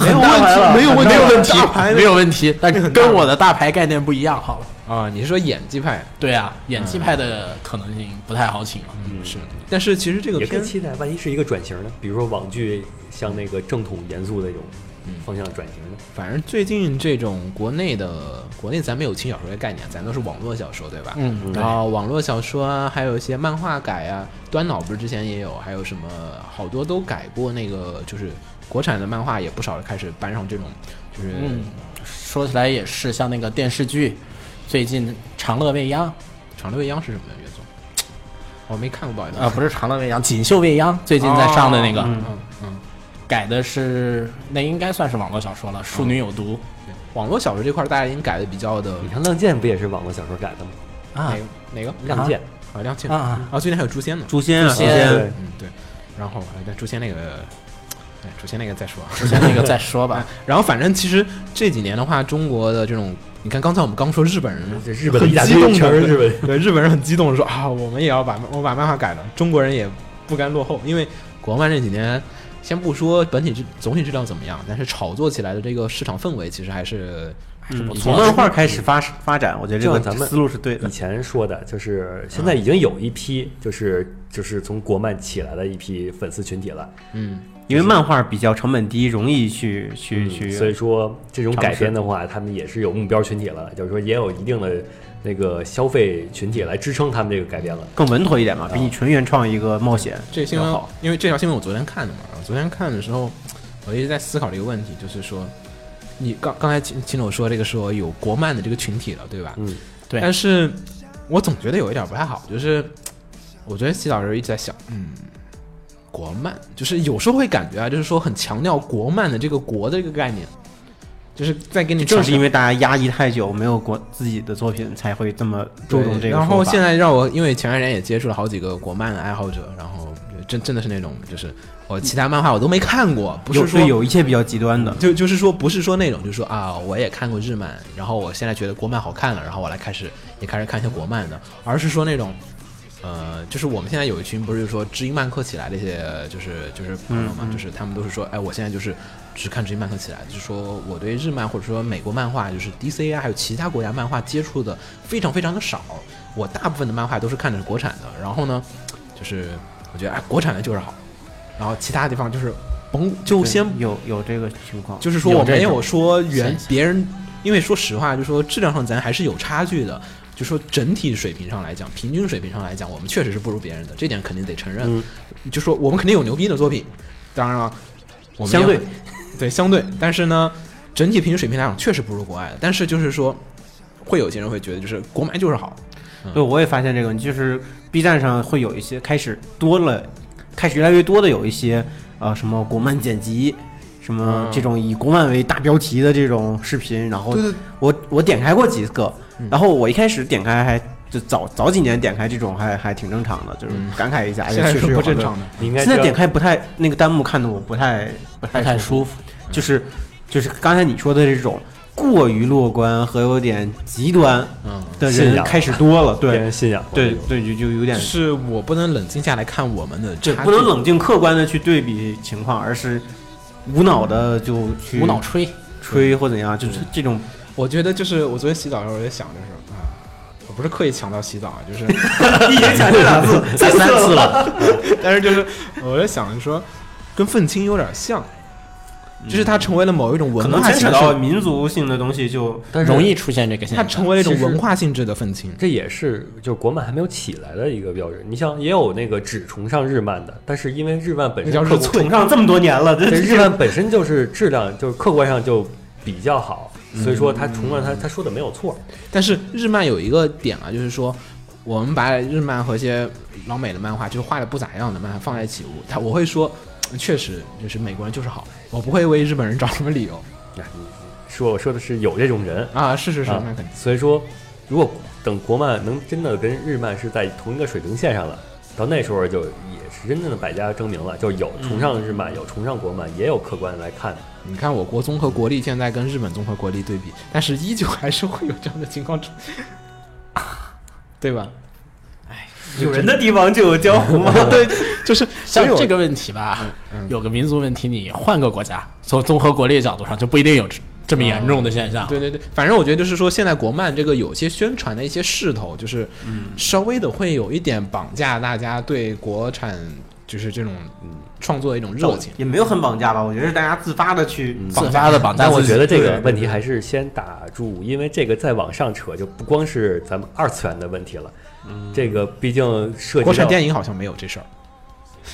没有问题，没有问题，没有问题，没有问题。
但是跟我的大牌概念不一样，好了。
啊，你是说演技派？
对啊，演技派的可能性不太好请了。
是，嗯但是其实这个
也可以
片
期待，万一是一个转型呢？比如说网剧，像那个正统严肃的那种，方向转型呢？
反正最近这种国内的国内咱没有轻小说的概念，咱都是网络小说，对吧？
嗯
然后网络小说啊，还有一些漫画改啊，端脑不是之前也有，还有什么好多都改过那个，就是国产的漫画也不少开始搬上这种，就是、
嗯说起来也是，像那个电视剧，最近《长乐未央》
长乐未央是什么的，岳总？我没看过，不好意思。
啊，不是《长乐未央》，《锦绣未央》最近在上的那个，
嗯嗯，
改的是那应该算是网络小说了，《淑女有毒
网络小说这块儿大家已经改的比较的
你看《浪剑》不也是网络小说改的吗？》
啊
哪个哪个
《浪剑》
啊亮剑
啊啊！
啊，最近还有诛仙呢。
诛仙啊，诛
诛仙
仙，
嗯，对。然后哎但诛仙那个，哎，诛仙那个再说啊。
之前那个再说吧，
然后反正其实这几年的话，中国的这种，你看刚才我们刚说日本人，
这嗯日本的
嗯很
一大
激
堆
动
全
的
是日本。
对日本人很激动地说啊，我们也要把我把漫画改了，中国人也不甘落后，因为国漫这几年。先不说本体质总体质量怎么样，但是炒作起来的这个市场氛围其实还是还是不
嗯
错
从
的。
漫画开始发发展，我觉得这
就
个
咱们
思路是对
以
的。
前说的，就是现在已经有一批，就是就是从国漫起来的一批粉丝群体了，
嗯，
因为漫画比较成本低，容易去去
嗯
去，
所以说这种
尝
改
试
编的话，他们也是有目标群体了，就是说也有一定的那个消费群体来支撑他们这个改编了。
更稳妥一点嘛，比你纯原创一个冒险
嗯
这个新
要
闻
好，
因为这条新闻我昨天看的嘛，我昨天看的时候，我一直在思考这个问题，就是说，你刚刚才秦秦总说这个说有国漫的这个群体了，对吧？
嗯，
对
但是我总觉得有一点不太好，就是我昨天洗澡的时候一直在想，嗯，国漫就是有时候会感觉啊，就是说很强调国漫的这个“国”的这个概念，就是在给你
正是因
为
为大家压抑太久，没有国自己的作品，才会这么注重这个说法。
然后现在让我，因为前段时间也接触了好几个国漫的爱好者，然后真真的是那种就是。我其他漫画我都没看过，不是
有
说
对有一些比较极端的，
就就是说，不是说那种，就是说啊，我也看过日漫，然后我现在觉得国漫好看了，然后我来开始也开始看一些国漫的，而是说那种，呃，就是我们现在有一群不是说知音漫客起来的一些，就是就是朋友
嗯
嘛，就是他们都是说，哎，我现在就是只看知音漫客起来，就是说我对日漫或者说美国漫画，就是 DC 啊，还有其他国家漫画接触的非常非常的少，我大部分的漫画都是看的是国产的，然后呢，就是我觉得哎，国产的就是好，然后其他地方就是甭就
对
先
有有这个情况，
就是说
有
我
这
没有
种
说原
现象
别人，因为说实话，就说质量上咱还是有差距的。就说整体水平上来讲，平均水平上来讲，我们确实是不如别人的，这点肯定得承认。嗯就说我们肯定有牛逼的作品，当然了，我们也
相对
很对相对，但是呢，整体平均水平来讲确实不如国外的。但是就是说，会有些人会觉得，就是国漫就是好，
对，我也发现这个，就是 B 站上会有一些开始多了，开始越来越多的有一些呃什么国漫剪辑，什么这种以国漫为大标题的这种视频，然
嗯
后
对嗯对
我我点开过几个，然后我一开始点开还就早早几年点开这种还还挺正常的，就是感慨一下，哎
嗯现
呀，
在
确
是
实有
不
好多
正常的。
你应该
现在
知道
点开不太那个弹幕看的我不太不
不太
太服，
舒服。
就是就是刚才你说的这种过于乐观和有点极端
嗯，
的
信
人
仰
开始多了，
别
对
人信仰，
对对，就就有点
是我不能冷静下来看我们的
对，
差距，
不能冷静客观的去对比情况，而是无脑的就
嗯
去
无脑吹，
吹嗯或怎样，就是这 种
我觉得就是我昨天洗澡的时候，我就想着说啊，我不是刻意强调洗澡，啊，就是
已经讲这两 次，
再三次了，但是就是我就想着说，跟愤青有点像，就是它成为了某一种
可
文
能
化
牵扯
形
到
式，
民族性的东西就
但是
容易出现这个现
它
象。
成为了一种
其实
文化性质的愤青。
这也是就国漫还没有起来的一个标准。你像也有那个只崇尚日漫的，但是因为日漫本身
那叫
客
日
观
粹
崇尚这么多年了，这
对日漫本身就是质量就是客观上就比较好，所以说他崇尚他他说的没有错。
但是日漫有一个点啊，就是说我们把日漫和一些老美的漫画，就是画的不咋样的漫画放在一起，我他我会说，确实就是美国人就是好，我不会为日本人找什么理由
哎你说我说的是有这种人，
啊，是是是，
啊
那肯定。
所以说如果等国漫能真的跟日漫是在同一个水平线上了，到那时候就也是真正的百家争鸣了，就有崇尚日漫，有崇尚国漫，也有客观来看的。
你看我国综合国力现在跟日本综合国力对比，但是依旧还是会有这样的情况出，对吧？
有人的地方就有江湖嘛， 对，
就是所
像
以我嗯
这个问题吧，有个民族问题，你换个国家，从综合国力的角度上，就不一定有这这么严重的现象。
对对对，反正我觉得就是说，现在国漫这个有些宣传的一
嗯
些势头，就是稍微的会有一点绑架大家对国产就是这种嗯创作的一种热情。
也没有很绑架吧，我觉得是大家自发的去
自发的嗯绑架
但我
自己。
觉得这个
对
问题还是先打住，因为这个再往上扯就不光是咱们二次元的问题了。这个毕竟涉及到
国产电影好像没有这事 儿，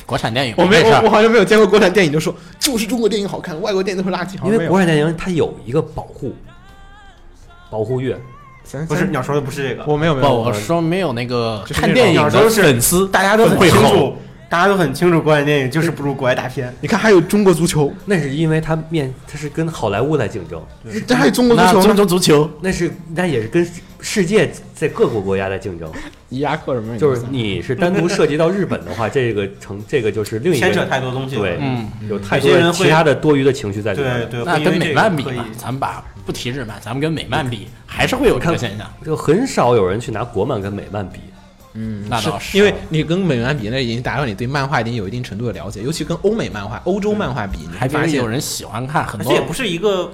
国产电影
我没
事
我我
儿，
好像没有见过国产电影就说就是中国电影好看，外国电影都是垃圾，好
因
像没
为
有
国产电影它有一个保护保护月，
咱
不是
咱
鸟说的不是这个，
我没有没
不，
有，
我说没有那个
就是
看
那种
电影
鸟
的
都是
粉丝，
大家都很
会
清
吼
楚，大家都很清楚，国产电影就是不如国外大片。
你看还有中国足球，
那是因为它面它是跟好莱坞在竞争，
这还有中国
那
足球
中
呢，
国足球，
那是那也是跟世世界在各国国家在竞争。
伊拉克什么人
就是你是单独涉及到日本的话，这个成这个就是另一个
牵扯太多东西了
对，
嗯，
有太
有
多
些人
的
会
其他的多余的情绪在里面
对
了。
对，
那
会因
跟
为
美
这个
漫比
可以
吧，咱们把不提日漫，咱们跟美漫比，还是会有这个现象。
就很少有人去拿国漫跟美漫比。
那
是
倒是，
因为你跟美漫比，那已经达到你对漫画已经有一定程度的了解，尤其跟欧美漫画、欧洲漫画比，你
嗯还
会发
真是
现
有人喜欢看，很
而
多
且也不是一个，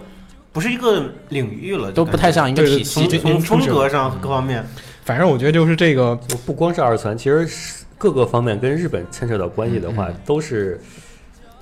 不是一个领域了，
都不太像一个
对对
体系
从。
这
从
这
风格上各方面，
反正我觉得就是这个，
就不光是二次元，其实是各个方面跟日本牵扯到关系的话，都是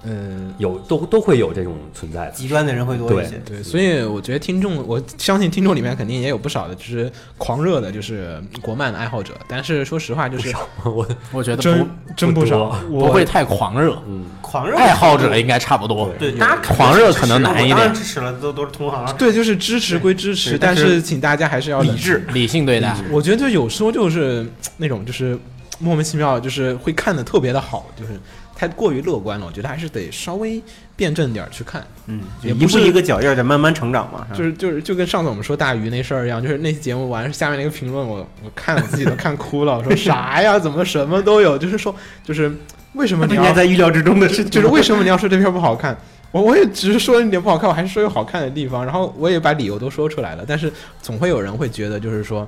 嗯、
有都都会有这种存在的。
极端的人会多一些。
对，所以我觉得听众，我相信听众里面肯定也有不少的，就是狂热的，就是国漫的爱好者。但是说实话，就是
我
我觉得
真
不
真不少，
不
我
会太狂热，
嗯，
狂热
爱好者应该差不多。
对大家肯定
狂热
是
可能
支持的
难一
我当然
点
支持了，都都是同行。啊
对，就是支持归支持，
对
但
但
是
是
请大家还是要理智。
理性对待，
我觉得有时候就是那种就是莫名其妙，就是会看的特别的好，就是太过于乐观了。我觉得还是得稍微辩证点儿去看。
嗯，就
也
一
不
步
是
一个脚印儿在慢慢成长嘛。
就是
吧
是就是就跟上次我们说大鱼那事儿一样，就是那期节目完下面那个评论我，我看我自己都看哭了，我 说啥呀？怎么什么都有？就是说就是为什么
那不
你
应该
要
在预料之中的事情吗，
就是为什么你要说这片不好看？我我也只是说一点不好看，我还是说有好看的地方，然后我也把理由都说出来了，但是总会有人会觉得就是说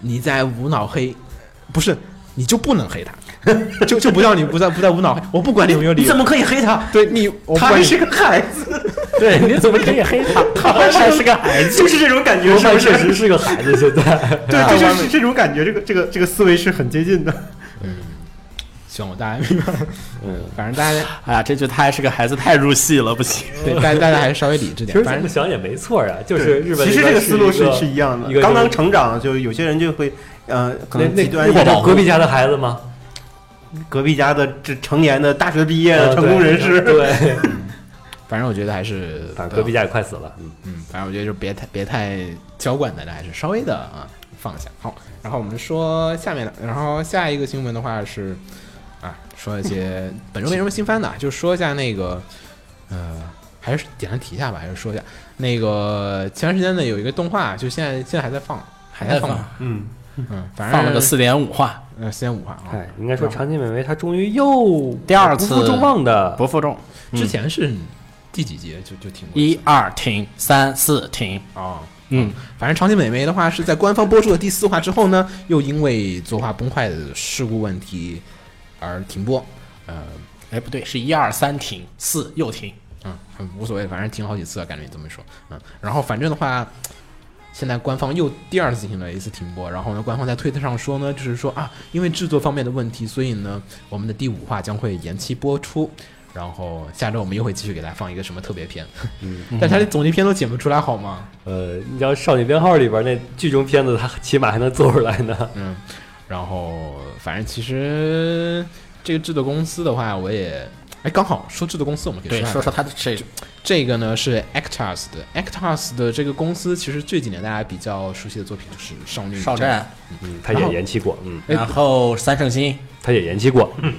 你在无脑黑，不是你就不能黑他，就就不叫你不在不在无脑黑，我不管你有没有理
你
由
怎。么可以黑他？
对你，我不
他
管
还
你
是个孩子，
对，你怎么可以黑 他？
他还是个孩子，哎就是这种感觉，
国
是不
漫
是
确？实是个孩子，现在。
对，这就是这种感觉，这个这个这个思维是很接近的。
行，我大家明白了，
嗯，
反正大家
哎呀，这句他还是个孩子，太入戏了，不行。
对大家大家还是稍微理
其
智点
实，
反
这
正
么想也没错啊，就是日本
其实
那
这
边
个思路
是
是
一个
是一样的
一个。
刚
就
刚
是
成长，就有些人就会，呃，可
那
能
那
极端一
那
点
叫隔壁家的孩子吗？
隔壁家的这成年的大学毕业的
呃
成功人士，
对，对
反正我觉得还是呃
反正隔壁家也快死了。嗯
嗯，反正我觉得就别太别太娇惯，大家还是稍微的啊放下。好，然后我们说下面的，然后下一个新闻的话是啊，说一些本周没什么新番的啊，就说一下那个呃，还是简单提一下吧，还是说一下那个前段时间呢有一个动画，就现在现在还在放，还在
还在
放
放，
嗯，
嗯，反正
放了个四点五话，
呃四点五话啊
哎，，应该说长崎美惠她终于又
第二次
不负众望的
不负重，
之前是第几集就就停过
嗯一二停，三四停，
啊。
嗯，
反正长崎美眉的话是在官方播出的第四话之后呢，又因为作画崩坏的事故问题而停播。呃，
哎不对，是一二三停，四又停，
嗯，很无所谓，反正停了好几次了，感觉你这么说，嗯。然后反正的话，现在官方又第二次进行了一次停播。然后呢，官方在推特上说呢，就是说啊，因为制作方面的问题，所以呢，我们的第五话将会延期播出。然后下周我们又会继续给大家放一个什么特别篇，
嗯
但它的总集篇都剪不出来，好吗？
呃，你知道《少女编号》里边那剧中片子，它起码还能做出来呢。
嗯，然后反正其实这个制作公司的话，我也哎，刚好说制作公司，我们可以
对，
一下
说说他的这
这个呢是 Actors 的，Actors 的这个公司其实这几年大家比较熟悉的作品就是《少女
少战，
嗯，它也延期过，嗯，
哎
然后三圣星，
它也延期过。
嗯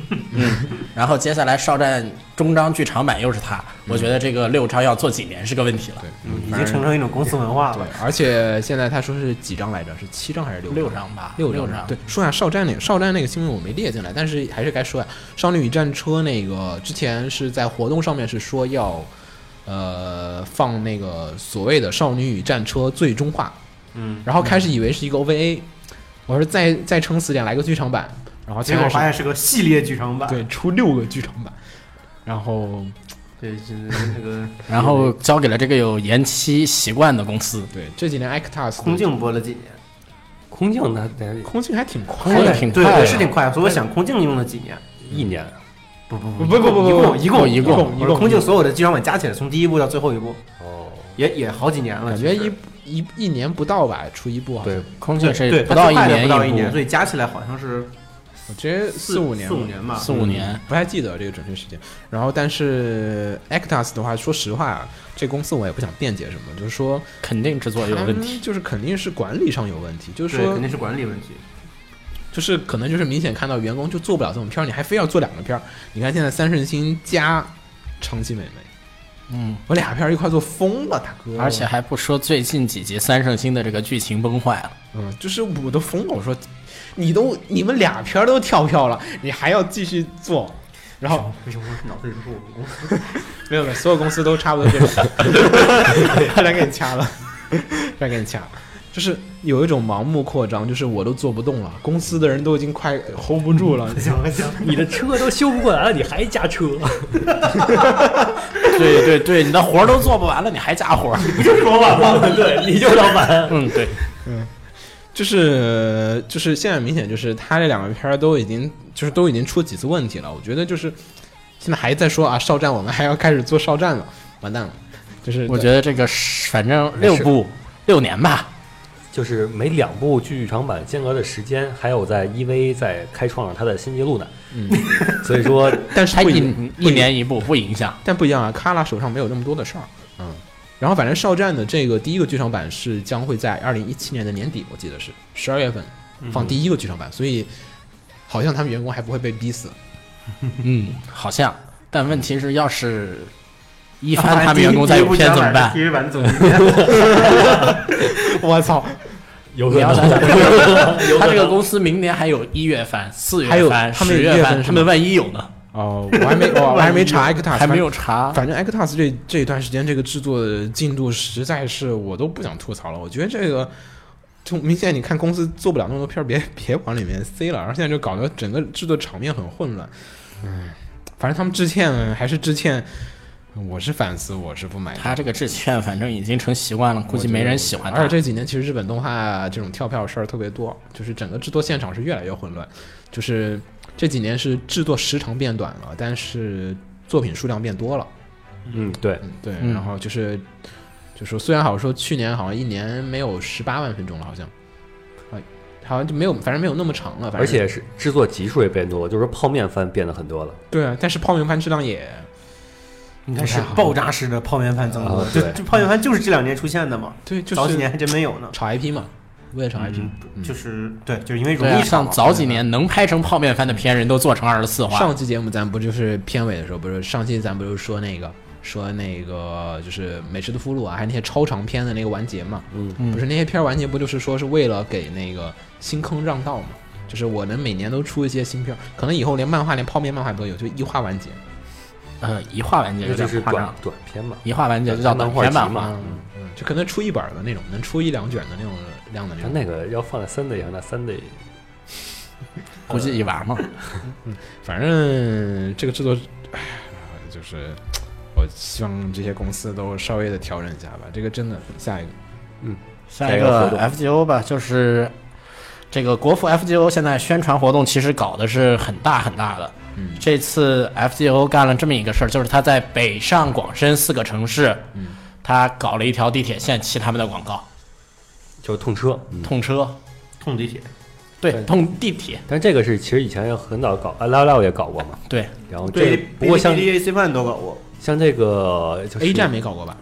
然后接下来少战终章剧场版又是他，我觉得这个六章要做几年是个问题了
对，，
已
反
经
正
形成一种公司文化
对
了。，
而且现在他说是几张来着？是七张还是六
六章吧，
六
六
张。对，说一下少战那个少战那个新闻我没列进来，但是还是该说呀，《少女与战车》那个之前是在活动上面是说要，呃，放那个所谓的《少女与战车》最终化，
嗯，
然后开始以为是一个 OVA，我说再再撑死点来个剧场版，然后
结果发现是个系列剧场版。
对出六个剧场版，然后
对，就是那个
然后交给了这个有延期习惯的公司，
对这几年 Actas
空镜播了几年，
空镜它得
空镜还挺
空
快
镜
的，
挺
对
快，
是挺快。所以我想空镜用了几年，
一年，
不不
不不不不
一共
一
一
共
共
一
我
共
是空镜所有的剧场版加起来，从第一部到最后一部，
哦，
也也好几年了，
感觉
其实
一一一年不到吧，出一部好像。
对，
空
对
镜
对
是
它
到
最快的不到
一
一
部
年，所以加起来好像是
我觉得四五年
呃四五年吧
四五年，
不太记得这个准确时间。然后，但是 Actas 的话，说实话啊，这公司我也不想辩解什么，就是说
肯定制作有问题。，
就是肯定是管理上有问题，就是
对，
说
肯定是管理问题。
就是可能就是明显看到员工就做不了这种片儿，你还非要做两个片儿。你看现在三圣星加长崎美眉，
嗯，
我俩片儿一块做疯了，大哥！
而且还不说最近几集三圣星的这个剧情崩坏了。
嗯，就是我都疯了，我说你都你们俩片儿都跳票了，你还要继续做？然后
为什么我脑子里都是我们公司？
没有没有，所有公司都差不多这 种，他来给你掐了，他来给你掐了。就是有一种盲目扩张，就是我都做不动了，公司的人都已经快 hold 不住了。
行行，
你的车都修不过来了，你还加车？
对 对对，你的活儿都做不完了，你还加活儿？
你就是老板吗？对，你就是老 板。
嗯，对，
就是就是现在明显就是他这两个片儿都已经就是都已经出几次问题了，我觉得就是现在还在说啊少战，我们还要开始做少战了，完蛋了。就是
我觉得这个是反正
没
六
事
部六年吧，
就是每两部剧场版间隔的时间，还有在 EV 在开创着它的新纪录呢。
嗯，
所以说，
但是
它
不
一
影不
一
影
年一部不影响。
但不一样啊，卡拉手上没有那么多的事儿。嗯，然后反正少战的这个第一个剧场版是将会在二零一七年的年底，我记得是十二月份放第一个剧场版，所以好像他们员工还不会被逼死。
嗯，好像，但问题是，要是一番他们员工再有
第一
片
部
怎么
讲版
办
第？一版怎么 办？
我操，
有可
你要想
能
想，他这个公司明年还有一月番、四
还有
月番、
他们
十
一月份
番，
是
他
吗
们万一有呢？
哦，我还没我我 还没查 Actas，
还没有查。
反正 Actas 这这一段时间这个制作进度实在是我都不想吐槽了。我觉得这个就明显，你看公司做不了那么多片儿，别别往里面塞了，然后现在就搞得整个制作场面很混乱。嗯，反正他们致歉还是致歉，我是反思，我是不买
他
单。
这个致歉，反正已经成习惯了，估计没人喜欢
而且
他。
这几年其实日本动画这种跳票事儿特别多，就是整个制作现场是越来越混乱，就是这几年是制作时长变短了，但是作品数量变多了。
嗯，对，
嗯，对，
嗯
然后就是，就说虽然好像说去年好像一年没有十八万分钟了，好像，啊，好像就没有，反正没有那么长了，反正
而且是制作集数也变多，就是泡面番变得很多了。
对啊，但是泡面番质量也
你看是爆炸式的泡面番增
哦
多
啊，
就
对
这泡面番就是这两年出现的嘛，
对，就
早几
是
年还真没有呢。
炒 IP 嘛，为了炒 IP，、嗯
就是对，就是因为容
对啊，
易炒
像
嘛。
早几年能拍成泡面番的片，人都做成二十四
嗯
话。
上期节目咱不就是片尾的时候，不是上期咱不是说那个说那个就是《美食的俘虏》啊，还有那些超长片的那个完结嘛，
嗯，
嗯
不是那些片儿完结不就是说是为了给那个新坑让道嘛？就是我能每年都出一些新片儿，可能以后连漫画、连泡面漫画都有，就一话完结。
呃，一话完结
这
有
就
点
是
夸
短
张，
短片嘛。
一话完结就叫
漫
短
画
篇
集
漫
嘛
画。
嗯，嗯，就可能出一本儿的那种，能出一两卷的那种量的那
他
种。
那个要放在三 D 上，那三 D
估计一玩嘛。
反正这个制作，唉就是我希望这些公司都稍微的调整一下吧。这个真的，下一个
下
一
一
个活
个
动
FGO 吧，就是这个国服 FGO 现在宣传活动其实搞的是很大很大的。
嗯
这次 FGO 干了这么一个事儿，就是他在北上广深四个城市，
嗯
他搞了一条地铁线骑他们的广告，
就是痛车。嗯，
痛车，
痛地铁，
对，
对
痛地铁，
但这个是其实以前也很早搞，啊拉拉也搞过嘛。
对，
然后这
对
个，不过像
D A C 饭都搞过，
像这个就是
A 站没搞过吧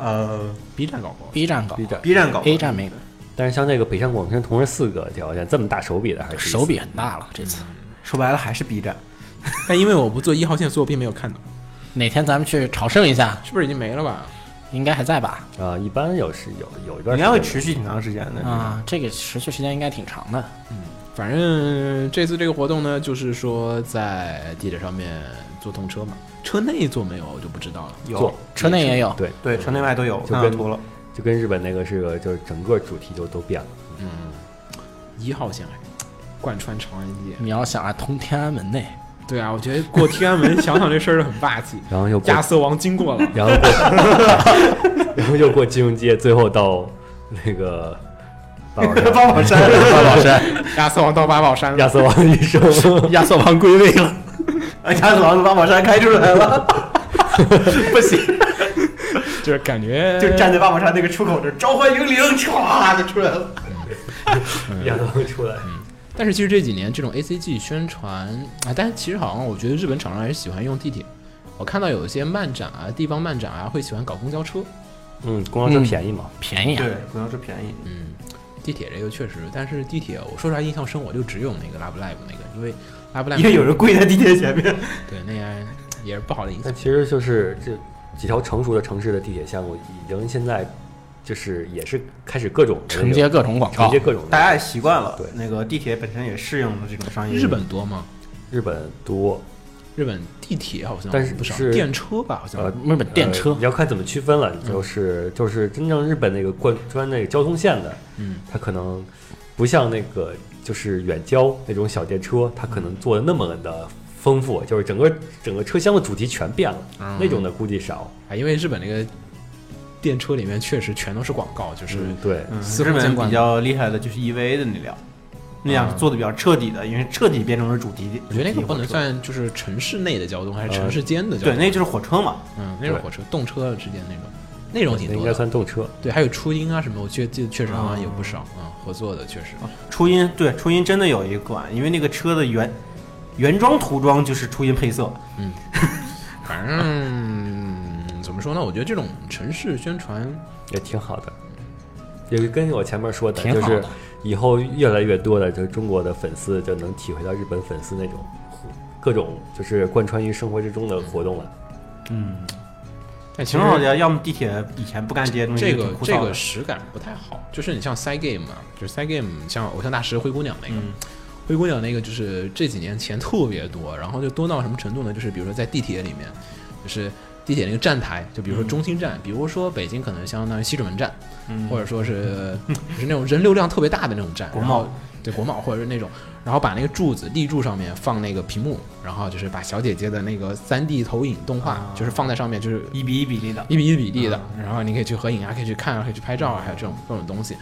呃
？B 站搞过。
B 站搞
B 站，
，B 站搞过
，A 站没搞，
但是像这个北上广深同时四个条件这么大手笔的还是第一次
手笔很大了这
嗯
次。
说白了还是 B 站。
但因为我不做一号线，所以我并没有看到，
哪天咱们去朝圣一下，
是不是已经没了吧？
应该还在吧？
啊，一般有时有有一段时
应该
间
会持续挺长时间的。
啊，这个持续时间应该挺长的。
反正这次这个活动呢，就是说在地铁上面坐通车嘛，车内坐没有我就不知道了。
做
有，
车内也
啊
有，
对，
对，城内外都有，
就
看
跟
到图 了。
就跟日本那个是个，就是整个主题就都变了。
一号线还贯穿长安街。
你要想啊，通天安门呢，
对啊，我觉得过天安门 想想这事儿就很霸气。
然后又过
亚，瑟王经 过了，
然后过，然后又过 金融街，最后到那 个八宝山，
宝山，
老师。
亚瑟王到八宝山
亚
了。
瑟王医生，
亚瑟王归位了。
哎鸭子王子把宝山开出来 了，不行，
就是感觉
就站在八宝山那个出口这儿，召唤英灵，唰就出来了。
亚当出来，
但是其实这几年这种 A C G 宣传啊，但是其实好像我觉得日本厂商还是喜欢用地铁。我看到有一些漫展啊，地方漫展啊，会喜欢搞公交车，
嗯，公交车便宜嘛，
便宜啊！
对，主要是便宜。
嗯地铁这个确实，但是地铁我说出来印象深，我就只有那个 Love Live 那个，因为 Love Live
因为有人跪在地铁前面，
对那个也是不好的影
那
响。
其实就是这几条成熟的城市的地铁项目，已经现在就是也是开始各种的那个
承接各种广
承
告
接，各种的。
大家也习惯了。
对
那个地铁本身也适应了这种商业。
日本多吗？
日本多，
日本地铁好像
但是
不少，
是
电车吧好像。
呃
日本电车
呃你要看怎么区分了，就是就是真正日本那个贯穿那个交通线的，
嗯，
它可能不像那个就是远郊那种小电车，它可能做的那么的丰富，就是整个整个车厢的主题全变了，
嗯
那种的估计少。
啊，因为日本那个电车里面确实全都是广告，就是、
嗯，对，
嗯，
司
日
空见
本
惯
比较厉害的就是 EVA 的那辆，那辆是做的比较彻底的，因为彻底变成了主题。
我觉得那个不能
主题火车，呃
算就是城市内的交通，还是城市间的交通。
对，那就是火车嘛。
嗯，那是
对
火车、动车之间那种，那种挺
那应
多
该
的。
算动车。
对，还有初音啊什么，我记得记得确实好像有不
嗯
少啊、嗯合作的确实。
初音对初音真的有一款，因为那个车的原原装涂装就是初音配色，
反正、嗯怎么说呢，我觉得这种城市宣传，
也挺好的，也跟我前面说的，
挺
就
好的
是以后越来越多的，就是中国的粉丝就能体会到日本粉丝那种各种就是贯穿于生活之中的活动了。
嗯，
但其
挺
实
好的。要么地铁以前不干这些东西，
这
就
个
挺枯
这
燥
个
的
实感不太好，就是你像 side game 啊，就是 side game，像偶像大师灰姑娘那个，
嗯
灰姑娘那个就是这几年钱特别多，然后就多到什么程度呢？就是比如说在地铁里面，就是地铁那个站台，就比如说中心站，比如说北京可能相当于西直门站，
嗯
或者说是就是那种人流量特别大的那种站，
国
然后
贸
对国贸或者是那种，然后把那个柱子立柱上面放那个屏幕，然后就是把小姐姐的那个三 D 投影动画，
啊
就是放在上面，就是
一比一比例的，
一比一比例的，然后你可以去合影啊，可以去看啊，可以去拍照啊，还有这种各种东西。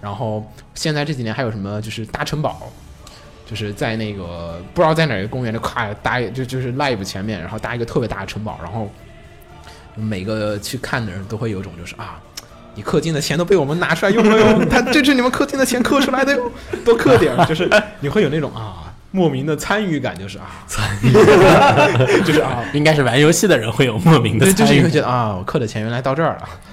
然后现在这几年还有什么就是大城堡，就是在那个不知道在哪个公园的咔搭一就就是 live 前面，然后搭一个特别大的城堡，然后每个去看的人都会有一种就是啊。你氪金的钱都被我们拿出来用了 哟，他这是你们氪金的钱氪出来的哟，多氪点儿，就是你会有那种啊莫名的参与感，就是啊参与，就是啊
应该是玩游戏的人会有莫名的
对，就
参
是你
与
会。觉得啊，我氪的钱原来到这儿了。嗯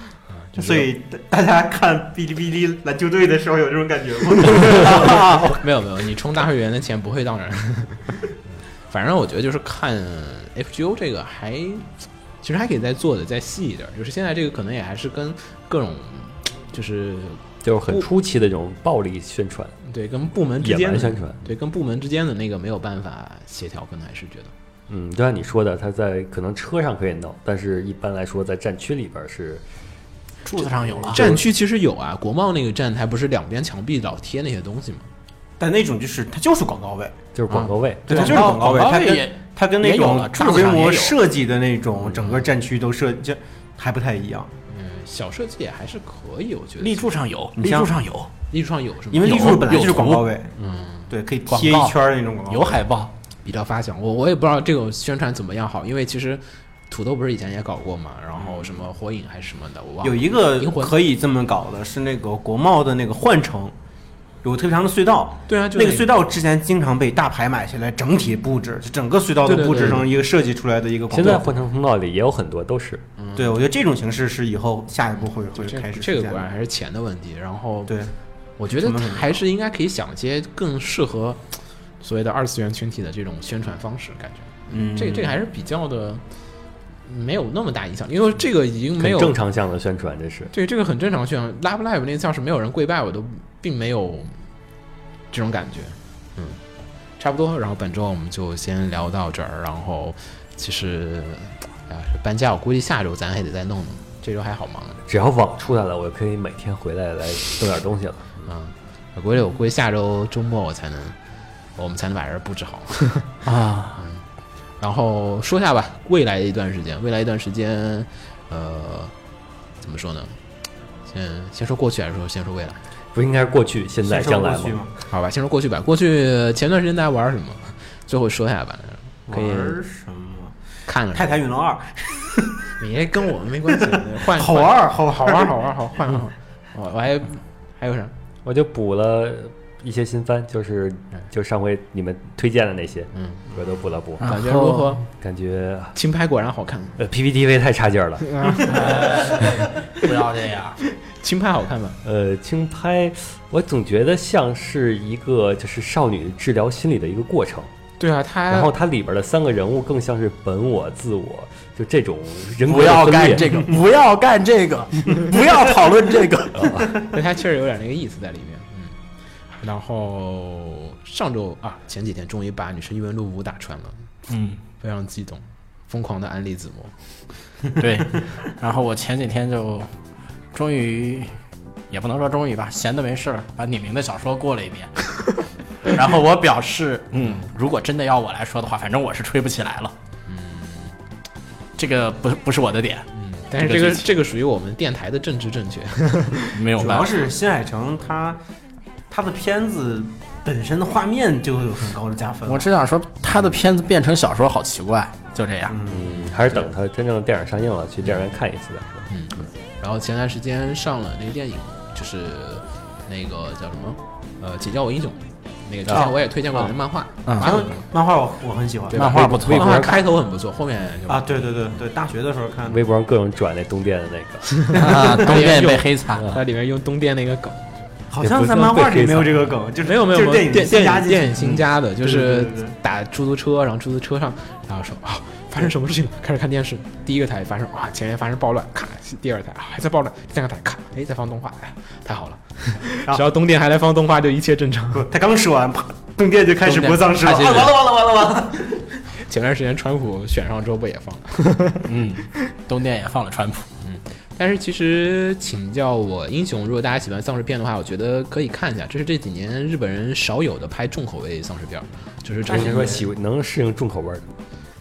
就是
所以大家看哔哩哔哩篮球队的时候有这种感觉吗？
没有没有，你充大会员的钱不会到那儿。 反正我觉得就是看 FGO 这个还，其实还可以再做的再细一点儿。就是现在这个可能也还是跟各种，就是
就是很初期的这种暴力宣传，
对跟部门之
野
间
蛮
的
宣传
对跟部门之间的那个没有办法协调，可能还是觉得
嗯，就像你说的，它在可能车上可以弄，但是一般来说在战区里边是，
柱子上有了，
站区其实有啊，国贸那个站台不是两边墙壁老贴那些东西吗？
但那种就是它就是广告位，
就是广告位，
对，
对
它就是
广告
告位，
广告
它
位
跟
也
它跟那
也有
种
了
大
柱子
规
上也
模
有
设计的那种整个战区都设计，这还不太一样。
嗯，小设计也还是可以，我觉得
立柱上有，
你
立
像
柱上有，
立柱上有什么？
因为立
有
柱本来
有
就是
图
广告位，
嗯，
对，可以
广
贴一
告
圈儿那种广告位。
有海报，
比较发想，我我也不知道这种宣传怎么样好，因为其实土豆不是以前也搞过嘛，然后什么火影还是什么的，我忘了。
有一个
灵魂
可以这么搞的是那个国贸的那个换乘，有个特别长的隧道。
对啊，就
那个隧道之前经常被大牌买下来，整体布置，就整个隧道都
对对对
布置成一个设计出来的一个广
现在
告。
换乘通道里也有很多都是，
嗯
对，我觉得这种形式是以后下一步会会
这
开始
这
实
个
现
果然
的。
还是钱的问题。然后，
对，
我觉得
成本很高
还是应该可以想一些更适合所谓的二次元群体的这种宣传方式，感觉
嗯，
这个这个还是比较的没有那么大影响，因为这个已经没
很
有
正常向的宣传，这是。
对，这个很正常。像 Love Live 那次要是没有人跪拜，我都并没有这种感觉。嗯，差不多。然后本周我们就先聊到这儿。然后其实，哎呀，搬家我估计下周咱还得再弄弄。这周还好忙
只要网出来了，我可以每天回来来弄点东西了。
啊、我估计我估计下周周末我才能，我们才能把这儿布置好。
啊，
然后说下吧，未来的一段时间，未来一段时间，呃，怎么说呢？先先说过去还是说先说未来？
不应该是过去、现在、
先说
将
过
来
去
吗？
嘛，
好吧，先说过去吧。过去前段时间大家玩什么？最后说一下吧。可以
玩儿什么？
看看
泰坦陨龙二，
你跟我们没关系，换
好玩儿，好
好
好
玩儿，好玩儿，好换 换。我我还还有啥？
我就补了一些新番，就是
嗯
就上回你们推荐的那些，
嗯，
我都补了补，
感觉如何？
感觉
轻拍果然好看，
呃 PPTV 太差劲儿了。
不要这样，
轻拍好看吧？
呃，轻拍，我总觉得像是一个就是少女治疗心理的一个过程，
对啊，他
然后它里边的三个人物更像是本我、自我，就这种人格
不
的
要
分裂
干这个，不要干 这个，不要讨论这个。
哦
对他确实有点那个意思在里面。嗯，然后上周啊，前几天终于把《女神异闻录五》打穿了，
嗯，
非常激动，疯狂的安利子墨。
对。然后我前几天就终于，也不能说终于吧，闲的没事儿，把李明的小说过了一遍。 然后我表示，嗯，如果真的要我来说的话，反正我是吹不起来了。嗯，这个不不是我的点，
嗯，但是这
这
个
个剧情
这个属于我们电台的政治正确。
没有
主
办
要
法。
是新海诚他他的片子本身的画面就有很高的加分了。
我只想说，他的片子变成小说好奇怪，就这样。
嗯，还是等它真正的电影上映了，去电影院看一次再说。
嗯，然后前段时间上了那个电影，就是那个叫什么？呃，请叫我英雄。那个之
啊
前我也推荐过我的漫画，
嗯
蛮
然
好
后
看的
漫画我我很喜欢
对吧
漫画不错
漫画开头很不错，后面就
啊，，对对对对，大学的时候看的。
微博上各种转那东电的那个，
啊，东电被黑惨了。
它里面用东电那个梗，
好像在漫画里没有这个梗，就是
没有没有
就是
没有
电
电
影新加
电
进
电影
去。
新加的，就
对
是
对对对
打出租车，然后出租车上，然后说啊发生什么事情了？开始看电视，第一个台发生啊前面发生暴乱，咔，第二台啊还在暴乱，第三个台咔，哎在放动画，哎太好了，
然后
只要东电还来放动画就一切正常。
不，他刚说完，啪，东电就开始播丧尸了。
东
啊，
电
完了完了完了完了！
前段时间川普选上之后不也放了？
嗯，东电也放了川普。
但是其实请叫我英雄，如果大家喜欢丧尸片的话，我觉得可以看一下，这是这几年日本人少有的拍重口味丧尸片儿，就是这
哎
之前
是
说喜能适应重口味儿的，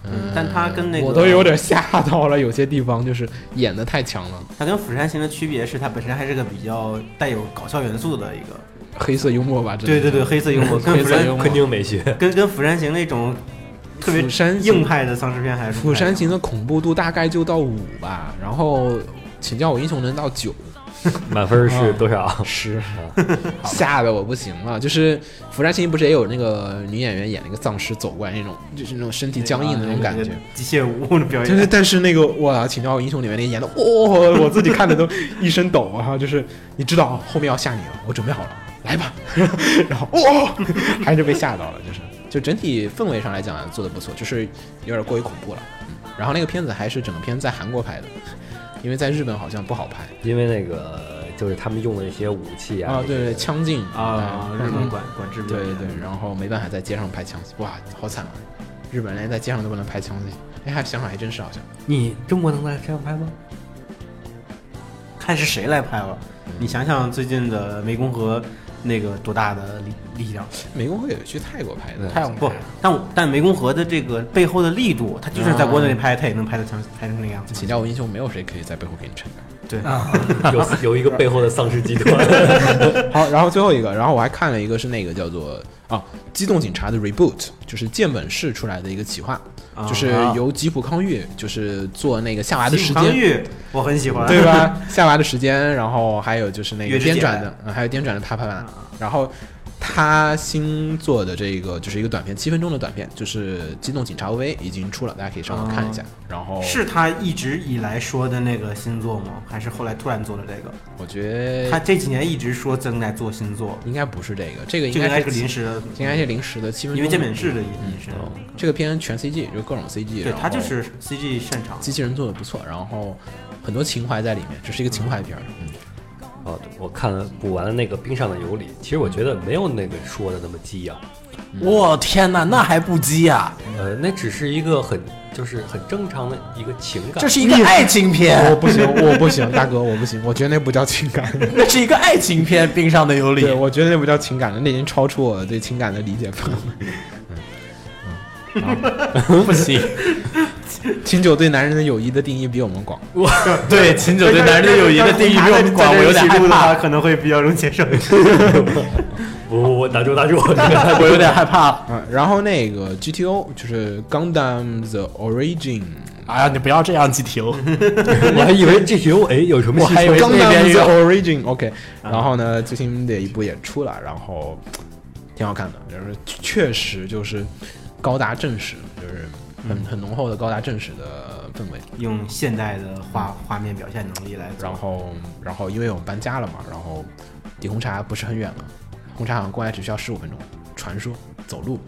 嗯
但他跟那个
我都有点吓到了，有些地方就是演的太强了，
它跟《釜山行》的区别是，它本身还是个比较带有搞笑元素的一个。
黑色幽默吧，真的
对对对，，黑色幽默 跟 《
黑
釜
色
山
幽默
昆汀美学。
跟跟《釜山行》那种特别
釜山行
硬派的丧尸片还是
《
不
釜
太一样
山行》的恐怖度大概就到五吧，然后请叫我英雄能到 九
满分是多少？
啊
十，吓得我不行了。就是《釜山行》不是也有那个女演员演那个丧尸走过来那种，就是那种身体僵硬的那种感觉。
机械舞的表
但是
演。
但是那个哇，《请叫我英雄》里面那演的，哇、我自己看的都一身抖啊！就是你知道啊后面要吓你了，我准备好了，来吧。 然后哇、 还是被吓到了，就是就整体氛围上来讲啊做的不错，就是有点过于恐怖了。嗯然后那个片子还是整个片在韩国拍的，因为在日本好像不好拍
因为那个就是他们用的那些武器啊，
啊，对对，
那些
枪镜
啊，
哎
日本管管制比较
对对
严
对，然后没办法在街上拍枪戏，哇，好惨啊！日本连在街上都不能拍枪戏，哎，还想想还真是好像。
你中国能在这样拍吗？
看是谁来拍了。你想想最近的湄公河那个多大的力力量？
哎美国会有去泰国拍的，
太恐怖
不，但我但湄公河的这个背后的力度，它就是在
嗯
国内拍，它也能拍得成拍成那个样
请
子。
叫我英雄，没有谁可以在背后给你撑腰。
对，
有有一个背后的丧尸集团，
好，然后最后一个，然后我还看了一个是那个叫做啊《机动警察》的 reboot，就是建本市出来的一个企划，就是由吉普康裕就是做那个夏娃的时
吉康
间，
玉我很喜 欢，
对？吧？夏娃的时间，然后还有就是那个
月之
颠
姐
转的，嗯还有颠转的啪啪啪，然后。他新做的这个就是一个短片，七分钟的短片，就是《机动警察 OV》已经出了，大家可以上网看一下。然后
是他一直以来说的那个新作吗？还是后来突然做的这个？
我觉
他
得
这几年一直说正在做新作，
应该不是这个，这个
这
应该
个应该是个临时的，
应该是临时的七分钟的，
因为建本市的临时的。
这个片全 CG，就各种 CG，
对
然后
他就是 CG 擅长，
机器人做的不错，然后很多情怀在里面，这是一个情怀片儿。嗯，
哦，对我看了补完了那个《冰上的尤里》，其实我觉得没有那个说的那么激昂，
我天哪，那还不羁啊？
呃，那只是一个很就是很正常的一个情感。
这是一个爱情
我
片，
不行，我不行，大哥，我不行，我觉得那不叫情感，
那是一个爱情片，《冰上的尤里
对》。我觉得那不叫情感了，那已经超出我对情感的理解范围。
不行，
清酒对男人的友谊的定义比我们广。
我对秦九对男人的友谊的定义比
比
我们广，我有点害怕，
可能会比较容易接受。
我我我打住打 住，
我有点害怕了。
嗯，然后那个 GTO 就是 Gundam The Origin，
哎呀，你不要这样 GTO，
我还以为 G T O 哎有什么
我
新
还以 为
Gundam
那边
The
有啊
Origin OK，然后呢，最新的一部也出了，然后挺好看的，就是确实就是高达正史，就是很很浓厚的高达正史的氛围。
用现代的画画面表现能力来做，
然后然后因为我们搬家了嘛，然后离红茶不是很远了，红茶好像过来只需要十五分钟，传说走路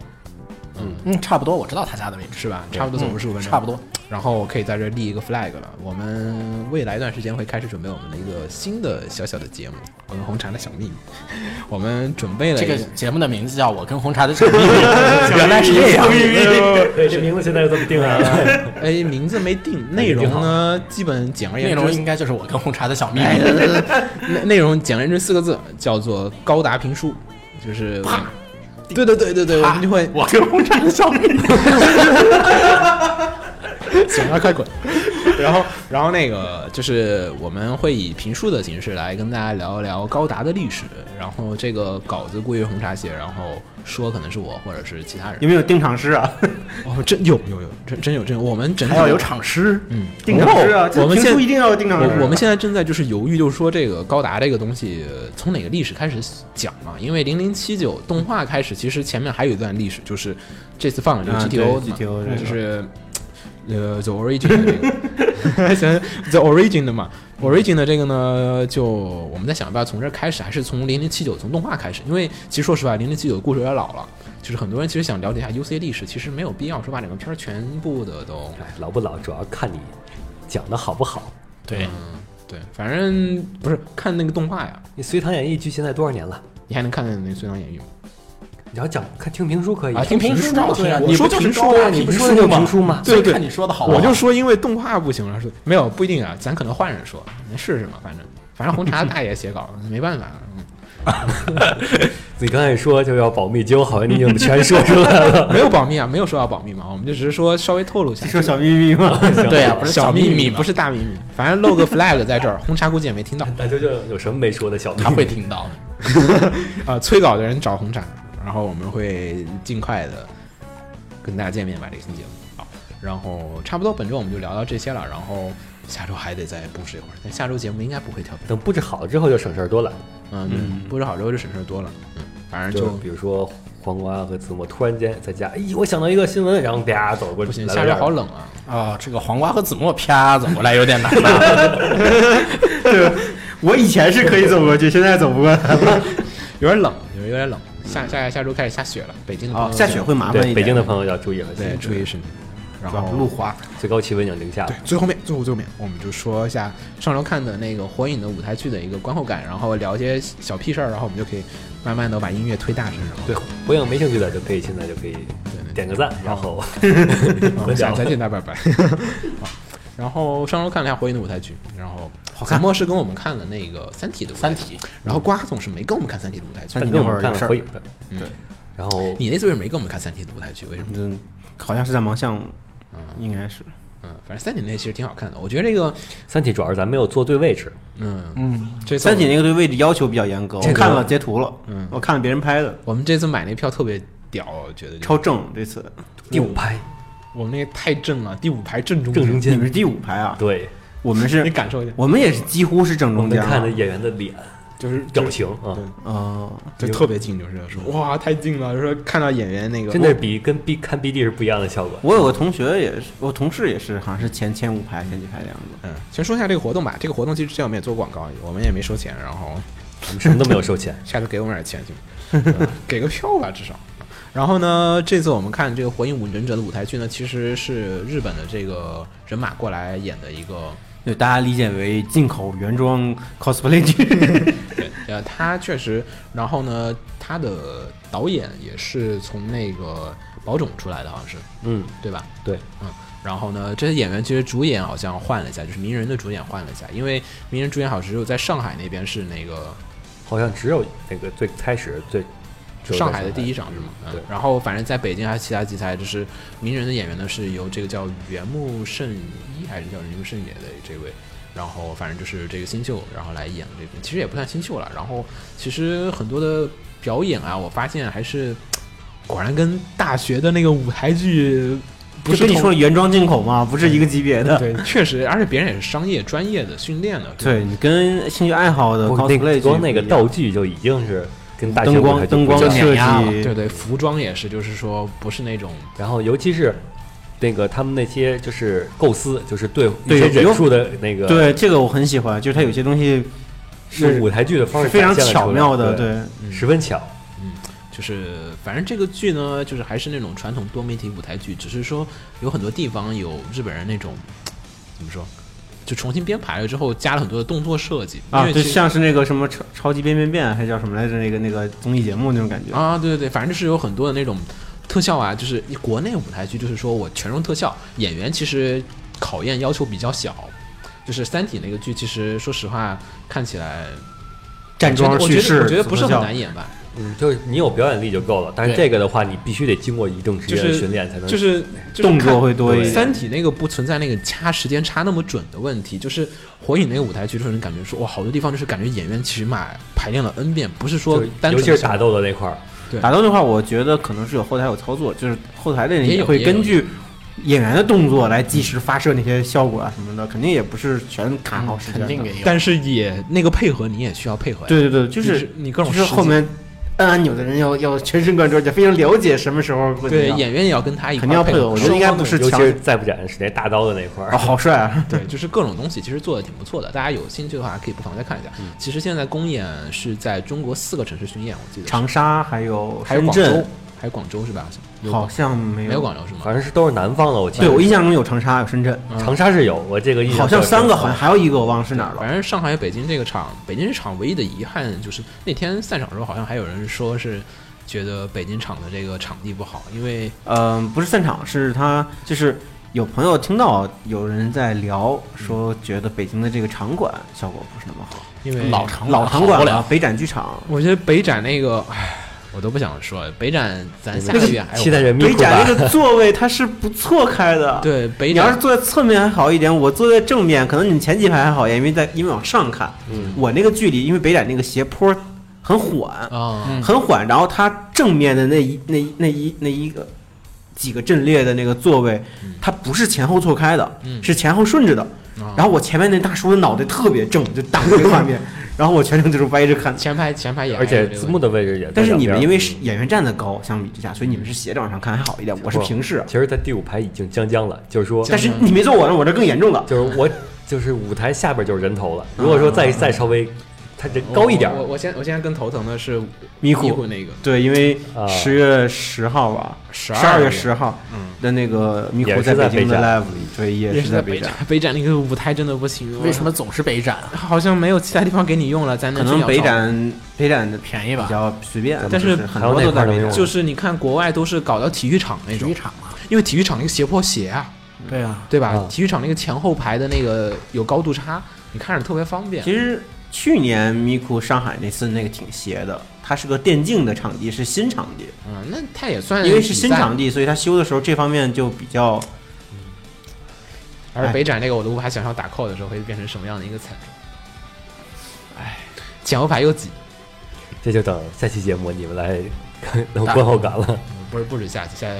嗯，差不多，我知道他家的位置，
是吧？嗯差不多走路十五分钟、
差不多。。
然后我可以在这立一个 flag 了，我们未来一段时间会开始准备我们的一个新的小小的节目，我跟红茶的小秘密。我们准备了
这
一
个节目的名字叫《我跟红茶的小秘密》，原来是这样。
对，这名字现在就这么定 下来了。啊
哎，名字没定，内容呢基本简而言
内
之
容应该就是我跟红茶的小秘
哎
密。
内内容简而言之四个字，叫做高达评书，就是我们。对对对对对，我们就会
我跟红茶的小秘密。
行了，快滚！ 然后，然后那个就是我们会以评述的形式来跟大家聊一聊高达的历史。然后这个稿子归于红茶写，然后说可能是我或者是其他人
有。没有定场诗啊？
哦，真有有有，真真有真有。我们整体
还要有场诗，
嗯，
定场诗啊，
我们
评
现
书一定要有定场诗啊。
我我们现在正在就是犹豫，就是说这个高达这个东西呃从哪个历史开始讲嘛？因为零零七九动画开始，其实前面还有一段历史，就是这次放了这个
啊
GTO 的嘛、
对 GTO 这个
就是呃 The Origin 的这个， 行 The Origin 的嘛，Origin 的这个呢，就我们在想要不要从这儿开始，还是从零零七九从动画开始？因为其实说实话，零零七九的故事有点老了。就是很多人其实想了解一下 UC 历史，其实没有必要说把整个片儿全部的都
哎老不老，主要看你讲的好不好。
对，
对，反正不是看那个动画呀，
你《隋唐演义》距现在多少年了？
你还能看那个《隋唐演义》吗？
你要讲看听评书可以
啊听评书
嘛
照对啊
我
你
说
不
就
评
是
书
高
啊
达
你
评
不
书
是
就
吗
评书嘛，
对
所以
对
看你说的好不好，啊
我就说因为动画不行了，是没有不一定啊，咱可能换人说，你试试嘛，反正反正红茶大爷写稿，没办法。嗯
你刚才说就要保密，结果好像你已经 全说出来了。
没有保密啊，没有说要保密嘛，我们就只是说稍微透露一下。
说小秘密吗？
对
啊
呀，不是
小
秘
密
嘛，
不是大秘密，反正露个 flag 在这儿，红茶估计也没听到
大舅舅有什么没说的小秘密？
他会听到的。
啊。催稿的人找红茶，嗯然后我们会尽快的跟大家见面吧，这个新节目。好，然后差不多本周我们就聊到这些了，然后下周还得再布置一会儿，但下周节目应该不会跳票。
等布置好之后就省事儿多了。
嗯，对，布置好之后就省事儿多了。嗯，反正
就
就
比如说黄瓜和子墨突然间在家，哎，我想到一个新闻，然后啪走过去，
不行，
来
下
到这
周
儿
好冷啊。
啊，这个黄瓜和子墨啪走过来有点难了。
我以前是可以走过去，现在走不过 来了。
有点冷，有有点冷。下下下周开啊始下雪了，北京的朋友们
哦下雪会麻烦
对
一点。
北京的朋友要注意了，
对注意身体。然
主要
后
是路滑，
最高气温已经零下了
对。最后面最后最后面，我们就说一下上周看的那个《火影》的舞台剧的一个观后感，然后聊一些小屁事儿，然后我们就可以慢慢的把音乐推大声，然后
对，火影没兴趣的就可以现在就可以
对
点个赞，然后
我
关
们
掉
下
了
啊次再见，大家拜拜。好然后上周看了一下《火影》的舞台剧，然后小莫是跟我们看了那个《三体》的舞台
三
剧，
体，
然后瓜总是没跟我们看《三体》的舞台剧。
但
你
跟我
那会
们
儿
看
有
了
事
火
儿
影，的，
对，
然后
你那次为什么没跟我们看《三体》的舞台剧？为什么？
嗯，好像是在忙项目，应该是。
嗯，反正《三体》那其实挺好看的，我觉得这个，
三体主要是咱没有坐对位置，
嗯，
嗯，
这次
三体那个对位置要求比较严格，
这
我
个
看了截图了，
嗯
我看了别人拍的，
我们这次买那票特别屌，我觉得
超正这次。
第五排
我们那个太正了，第五排正中
正中
间，
你
间
们，是第五排啊？
对，
我们
你
是，
感受一下，
我们也是几乎是正
我
中
们
间了。啊
看的演员的脸
就是
表，情啊，
哦，
就就特别近，就是说哇太近了，就是看到演员那个哦
真的比跟 B 看 BD 是不一样的效果。
我有个同学也是，我同事也是，好像是前前五排、前几排的样子。
嗯，先说一下这个活动吧。这个活动其实之前我们也做过广告，我们也没收钱，然后，
我们什么都没有收钱
下次给我们点钱行吗？嗯给个票吧，至少。然后呢，这次我们看这个《火影忍者》的舞台剧呢，其实是日本的这个人马过来演的一个
就大家理解为进口原装 cosplay 剧，
对，呃，他确实，然后呢，他的导演也是从那个宝冢出来的，好像是，
嗯，
对吧？
对，
嗯。然后呢，这些演员其实主演好像换了一下，就是鸣人的主演换了一下，因为鸣人主演好像只有在上海那边是那个
好像只有那个最开始最只有在
上海的第一场是吗？嗯
对
然后反正在北京还有其他集台，就是名人的演员呢是由这个叫原木圣一还是叫原木圣也的这位，然后反正就是这个新秀，然后来演这个，其实也不算新秀了。然后其实很多的表演啊，我发现还是果然跟大学的那个舞台剧不
不
是
是跟你
同
说了原装进口嘛，不是一个级别的。
对，确实，而且别人也是商业专业的训练的，
对你跟兴趣爱好的
我
cosplay
呃那光
就
那
不
个
一样
道具就已经是跟大型
灯
舞台
光
剧不啊一样
灯光
就
设
碾压了
计，
对对，服装也是，就是说不是那种
然后尤其是那个他们那些就是构思，就是对
对
一些
有
忍术的那个
对这个我很喜欢，就是它有些东西
是舞台剧的方式
非常
展现了出
巧
来
妙的，
对，
对，
嗯
十分巧。
就是反正这个剧呢，就是还是那种传统多媒体舞台剧，只是说有很多地方有日本人那种怎么说，就重新编排了之后加了很多的动作设计
啊，
因
就
为其实
像是那个什么超超级变变变，还叫什么来着？那个那个综艺节目那种感觉。
啊，对对对，反正就是有很多的那种特效啊，就是你国内舞台剧就是说我全用特效，演员其实考验要求比较小。就是《三体》那个剧，其实说实话看起来
站桩
我
叙
觉得
事，
我觉得我觉得不是
特
很
效
难演吧，
嗯，就是你有表演力就够了，但是
对
这个的话，你必须得经过一定时
就
间的
是
训练才能。
就是就是
动
看
作会多一
对
点。
三体那个不存在那个掐时间差那么准的问题，就是火影那个舞台剧，就是感觉说哇，好多地方就是感觉演员起码排练了 N 遍，不是说
就是
单
尤
纯
其是
的
打斗的那块儿，
打斗的话，我觉得可能是有后台有操作，就是后台的人
也有
会
也有
根据演员的动作来及时发射那些效果啊什么的，肯定也不是全卡好时间
嗯
肯定
的。
也有。
但是也那个配合你也需要配合呀，
对对对，就
就是你各
就
种
是
实际
后面按按钮的人要要全神贯注，而且非常了解什么时候会
对
怎么样
演员也要跟他一块
肯定要
配
配合。我觉得应该不是
尤其
强
是再不斩是那大刀的那块
啊，
儿。
好帅 啊！
对，就是各种东西其实做的挺不错的，大家有兴趣的话可以不妨再看一下。
嗯
其实现在公演是在中国四个城市巡演，我记得是
长沙还有
还有
深
广州
圳，，
还有广州是吧？有
好
广
像没
没有广州是吗？
反正是都是南方的，我记得。
对我印象中有长沙有深圳，
长沙是有，我这个印象
好像
就是
三个，好像还有一个我忘了是哪儿了。
反正上海、北京这个场，北京这场唯一的遗憾就是那天散场的时候，好像还有人说是觉得北京场的这个场地不好，因为
嗯，不是散场，是他就是有朋友听到有人在聊说，觉得北京的这个场馆效果不是那么好，
因为
老 场
老场
好
馆
不
了
了，，
北展剧场。
我觉得北展那个，唉，我都不想说了北展，咱下个月还有
期待人民
北
币吧
展那个座位它是不错开 的，，
对北
你要
展
是坐在侧面还好一点，我坐在正面，可能你们前几排还好一点，因为在因为往上看，
嗯，
我那个距离，因为北展那个斜坡很缓，
啊、
嗯
很缓，然后它正面的那一那一那一那一个几个阵列的那个座位，它不是前后错开的，
嗯
是前后顺着的。
啊
然后我前面那大叔的脑袋特别正，就挡着画面，然后我全程就是歪 着看。
前排前排也
而且字幕
的
的位置也在两边儿。
但是你们因为是
嗯
演员站得高，相比之下，所以你们是斜着往上看还好一点，我是平视。
其实，在第五排已经将将了，就是说，
但是你没坐我那，我这更严重了。
就是我，就是舞台下边就是人头了。如果说再再稍微，他人高一点儿
啊我，我我现在我现在更头疼的是
迷
迷
糊
糊，那个
对，因为
啊
十月十号吧，
十
二月
十
十号的那个迷
也
糊
是
在
在
北京
北
的
展
live 里，对，
也
也是
是
在
在
北
北
展
展。，北展那个舞台真的不行，
为什么总是北展啊？
好像没有其他地方给你用了？咱
可能北展北展的
便宜
比
吧？
较随便，
但
就是很
还有
多
那
都
块
在
儿能
北
用
展。
就是你看国外都是搞到体育场那
体
种
育，场
啊
嘛，
因为体育场那个斜坡斜啊，
对啊，
对吧？
嗯
体育场那个前后排的那个有高度差，你看着特别方便。
其实去年咪咕上海那次那个挺邪的，它是个电竞的场地，是新场地，
嗯，那它也算
因为是新
比赛
场，地，所以它修的时候这方面就比较哎
而北展那个我都无法想象打扣的时候会变成什么样的一个惨状。哎，前后排又挤，
这就等下期节目你们 来有观后感了。
不是不止下期，下下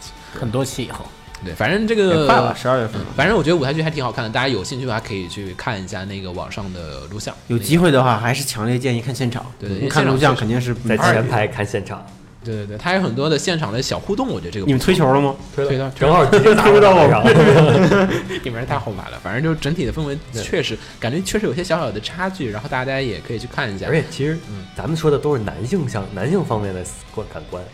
期
很多期以后，
对，反正这
也
个
快了，十二月份了。
反正我觉得舞台剧还挺好看的，大家有兴趣的话可以去看一下那个网上的录像，
有机
会。
会的话，还是强烈建议看现场。
对对
你看录
现场确实
像肯定是嗯没
在
法
前
比
排看现场，
对对对，它有很多的现场的小互动，我觉得这个不
你们推球了吗？
推到
正好直 接
推到我
我。
里面太后排了，反正就整体的氛围
对
确实感觉确实有些小小的差距，然后大家也可以去看一下
而。且其实，咱们说的都是男性向男性方面的观感官，
哦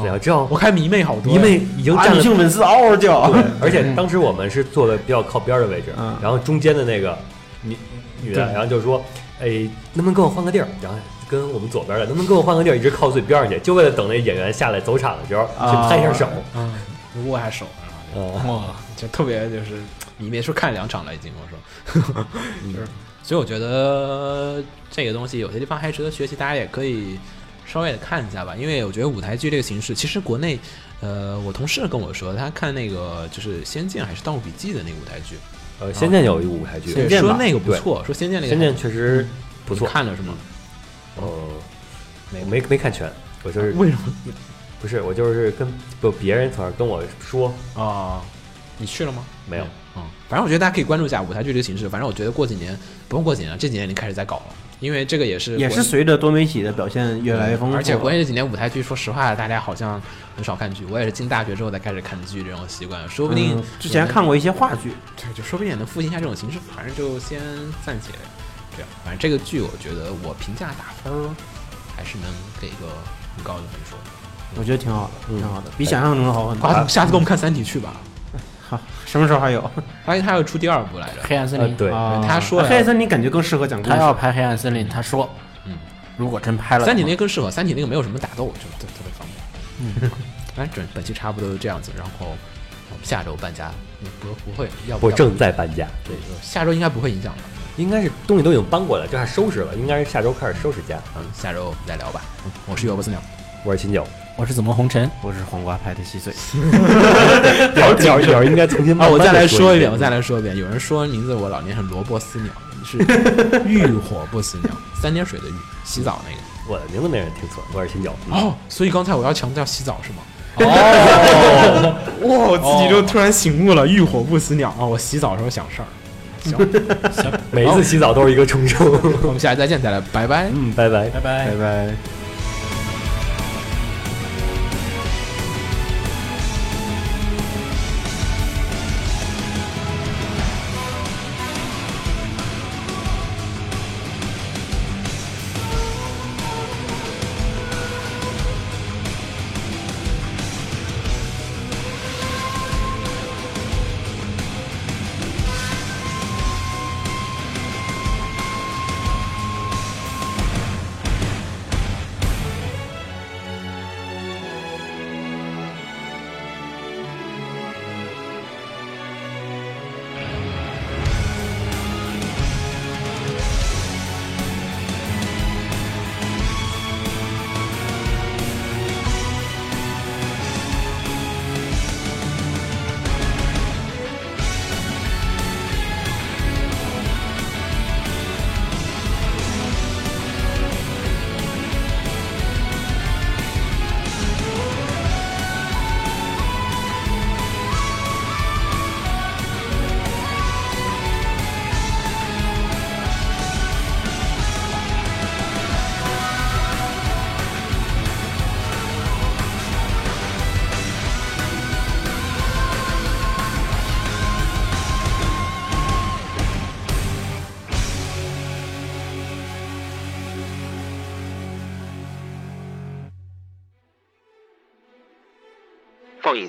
你要知道
我，看迷妹好多呀，
因为已经
啊
占
女
了
性粉丝嗷嗷叫。
对，啊 而且当时我们是坐的比较靠边儿的位置，
嗯
然后中间的那个女女的，
对
然后就说：“哎，能不能跟我换个地儿？”然后跟我们左边的，能不能跟我换个地儿？一直靠最边上去，就为了等那演员下来走场的时候去
啊
拍一下手。
啊，握下手，然后
嗯，
就哇，就特别就是迷妹，说看两场了已经，我说，就是，所以我觉得这个东西有些地方还值得学习，大家也可以稍微的看一下吧，因为我觉得舞台剧这个形式，其实国内，呃，我同事跟我说，他看那个就是《仙剑》还是《盗墓笔记》的那个舞台剧，
呃，《仙剑》有一个舞台剧，
仙
对
剑
说
吧
那个不
对
错，说《仙剑》那个
仙剑
还
确实不错
你看了是吗？
呃，
没
没没没看全，我就是
啊为什么？
不是我就是跟不别人从那儿跟我说
哦，你去了吗？
没有，
嗯，反正我觉得大家可以关注一下舞台剧这个形式。反正我觉得过几年，不用过几年了，这几年已经开始在搞了，因为这个也是
也是
国
随着多媒体的表现越来越丰富，
而且关键这几年舞台剧，说实话，大家好像很少看剧。我也是进大学之后才开始看剧这种习惯，说不定、
嗯之前看过一些话剧，
对，就说不定也能复兴一下这种形式。反正就先暂且这样。反正这个剧，我觉得我评价打分儿还是能给一个很高的分数。
我觉得挺好的，挺好的，比想象中的好很多。
瓜子，下次跟我们看《三体》去吧。
好，什么时候还有？
发现他要出第二部来着。
黑暗森
呃
林，，
对，
啊
他说了
黑暗森林感觉更适合讲故
他
事。
要拍黑暗森林，他说，
嗯，
如果真拍了的话，
三体那个更适合，三体那个没有什么打斗，就特特别方便。嗯， 反正准本期差不多就这样子，然后我们下周搬家，嗯不不会，要不
我
要
正在搬家，
对，就下周应该不会影响吧？
应该是东西都已经搬过来，就开始收拾了，应该是下周开始收拾家。啊
嗯，下周我们再聊吧。嗯我是尤伯斯鸟，
我是秦 九，
我是怎么红尘？
我是黄瓜派的稀碎，
角角角应该重新
啊，我再来
说
说一遍，我再来说一遍。有人说名字我老念成萝卜丝鸟， 是浴火不死鸟，三点水的浴，洗澡那个。
我的名字没人听错，我是秦九。
哦，所以刚才我要强调洗澡 是吗？ 哦，哇！我自己就突然醒悟了，浴火不死鸟啊！我洗澡的时候想事儿。 行，
每一次洗澡都是一个重生。
我们下期再见，再来，拜拜。
嗯， 拜拜。
拜拜
拜拜。
放映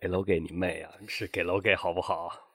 给楼给你妹啊！是给楼给好不好？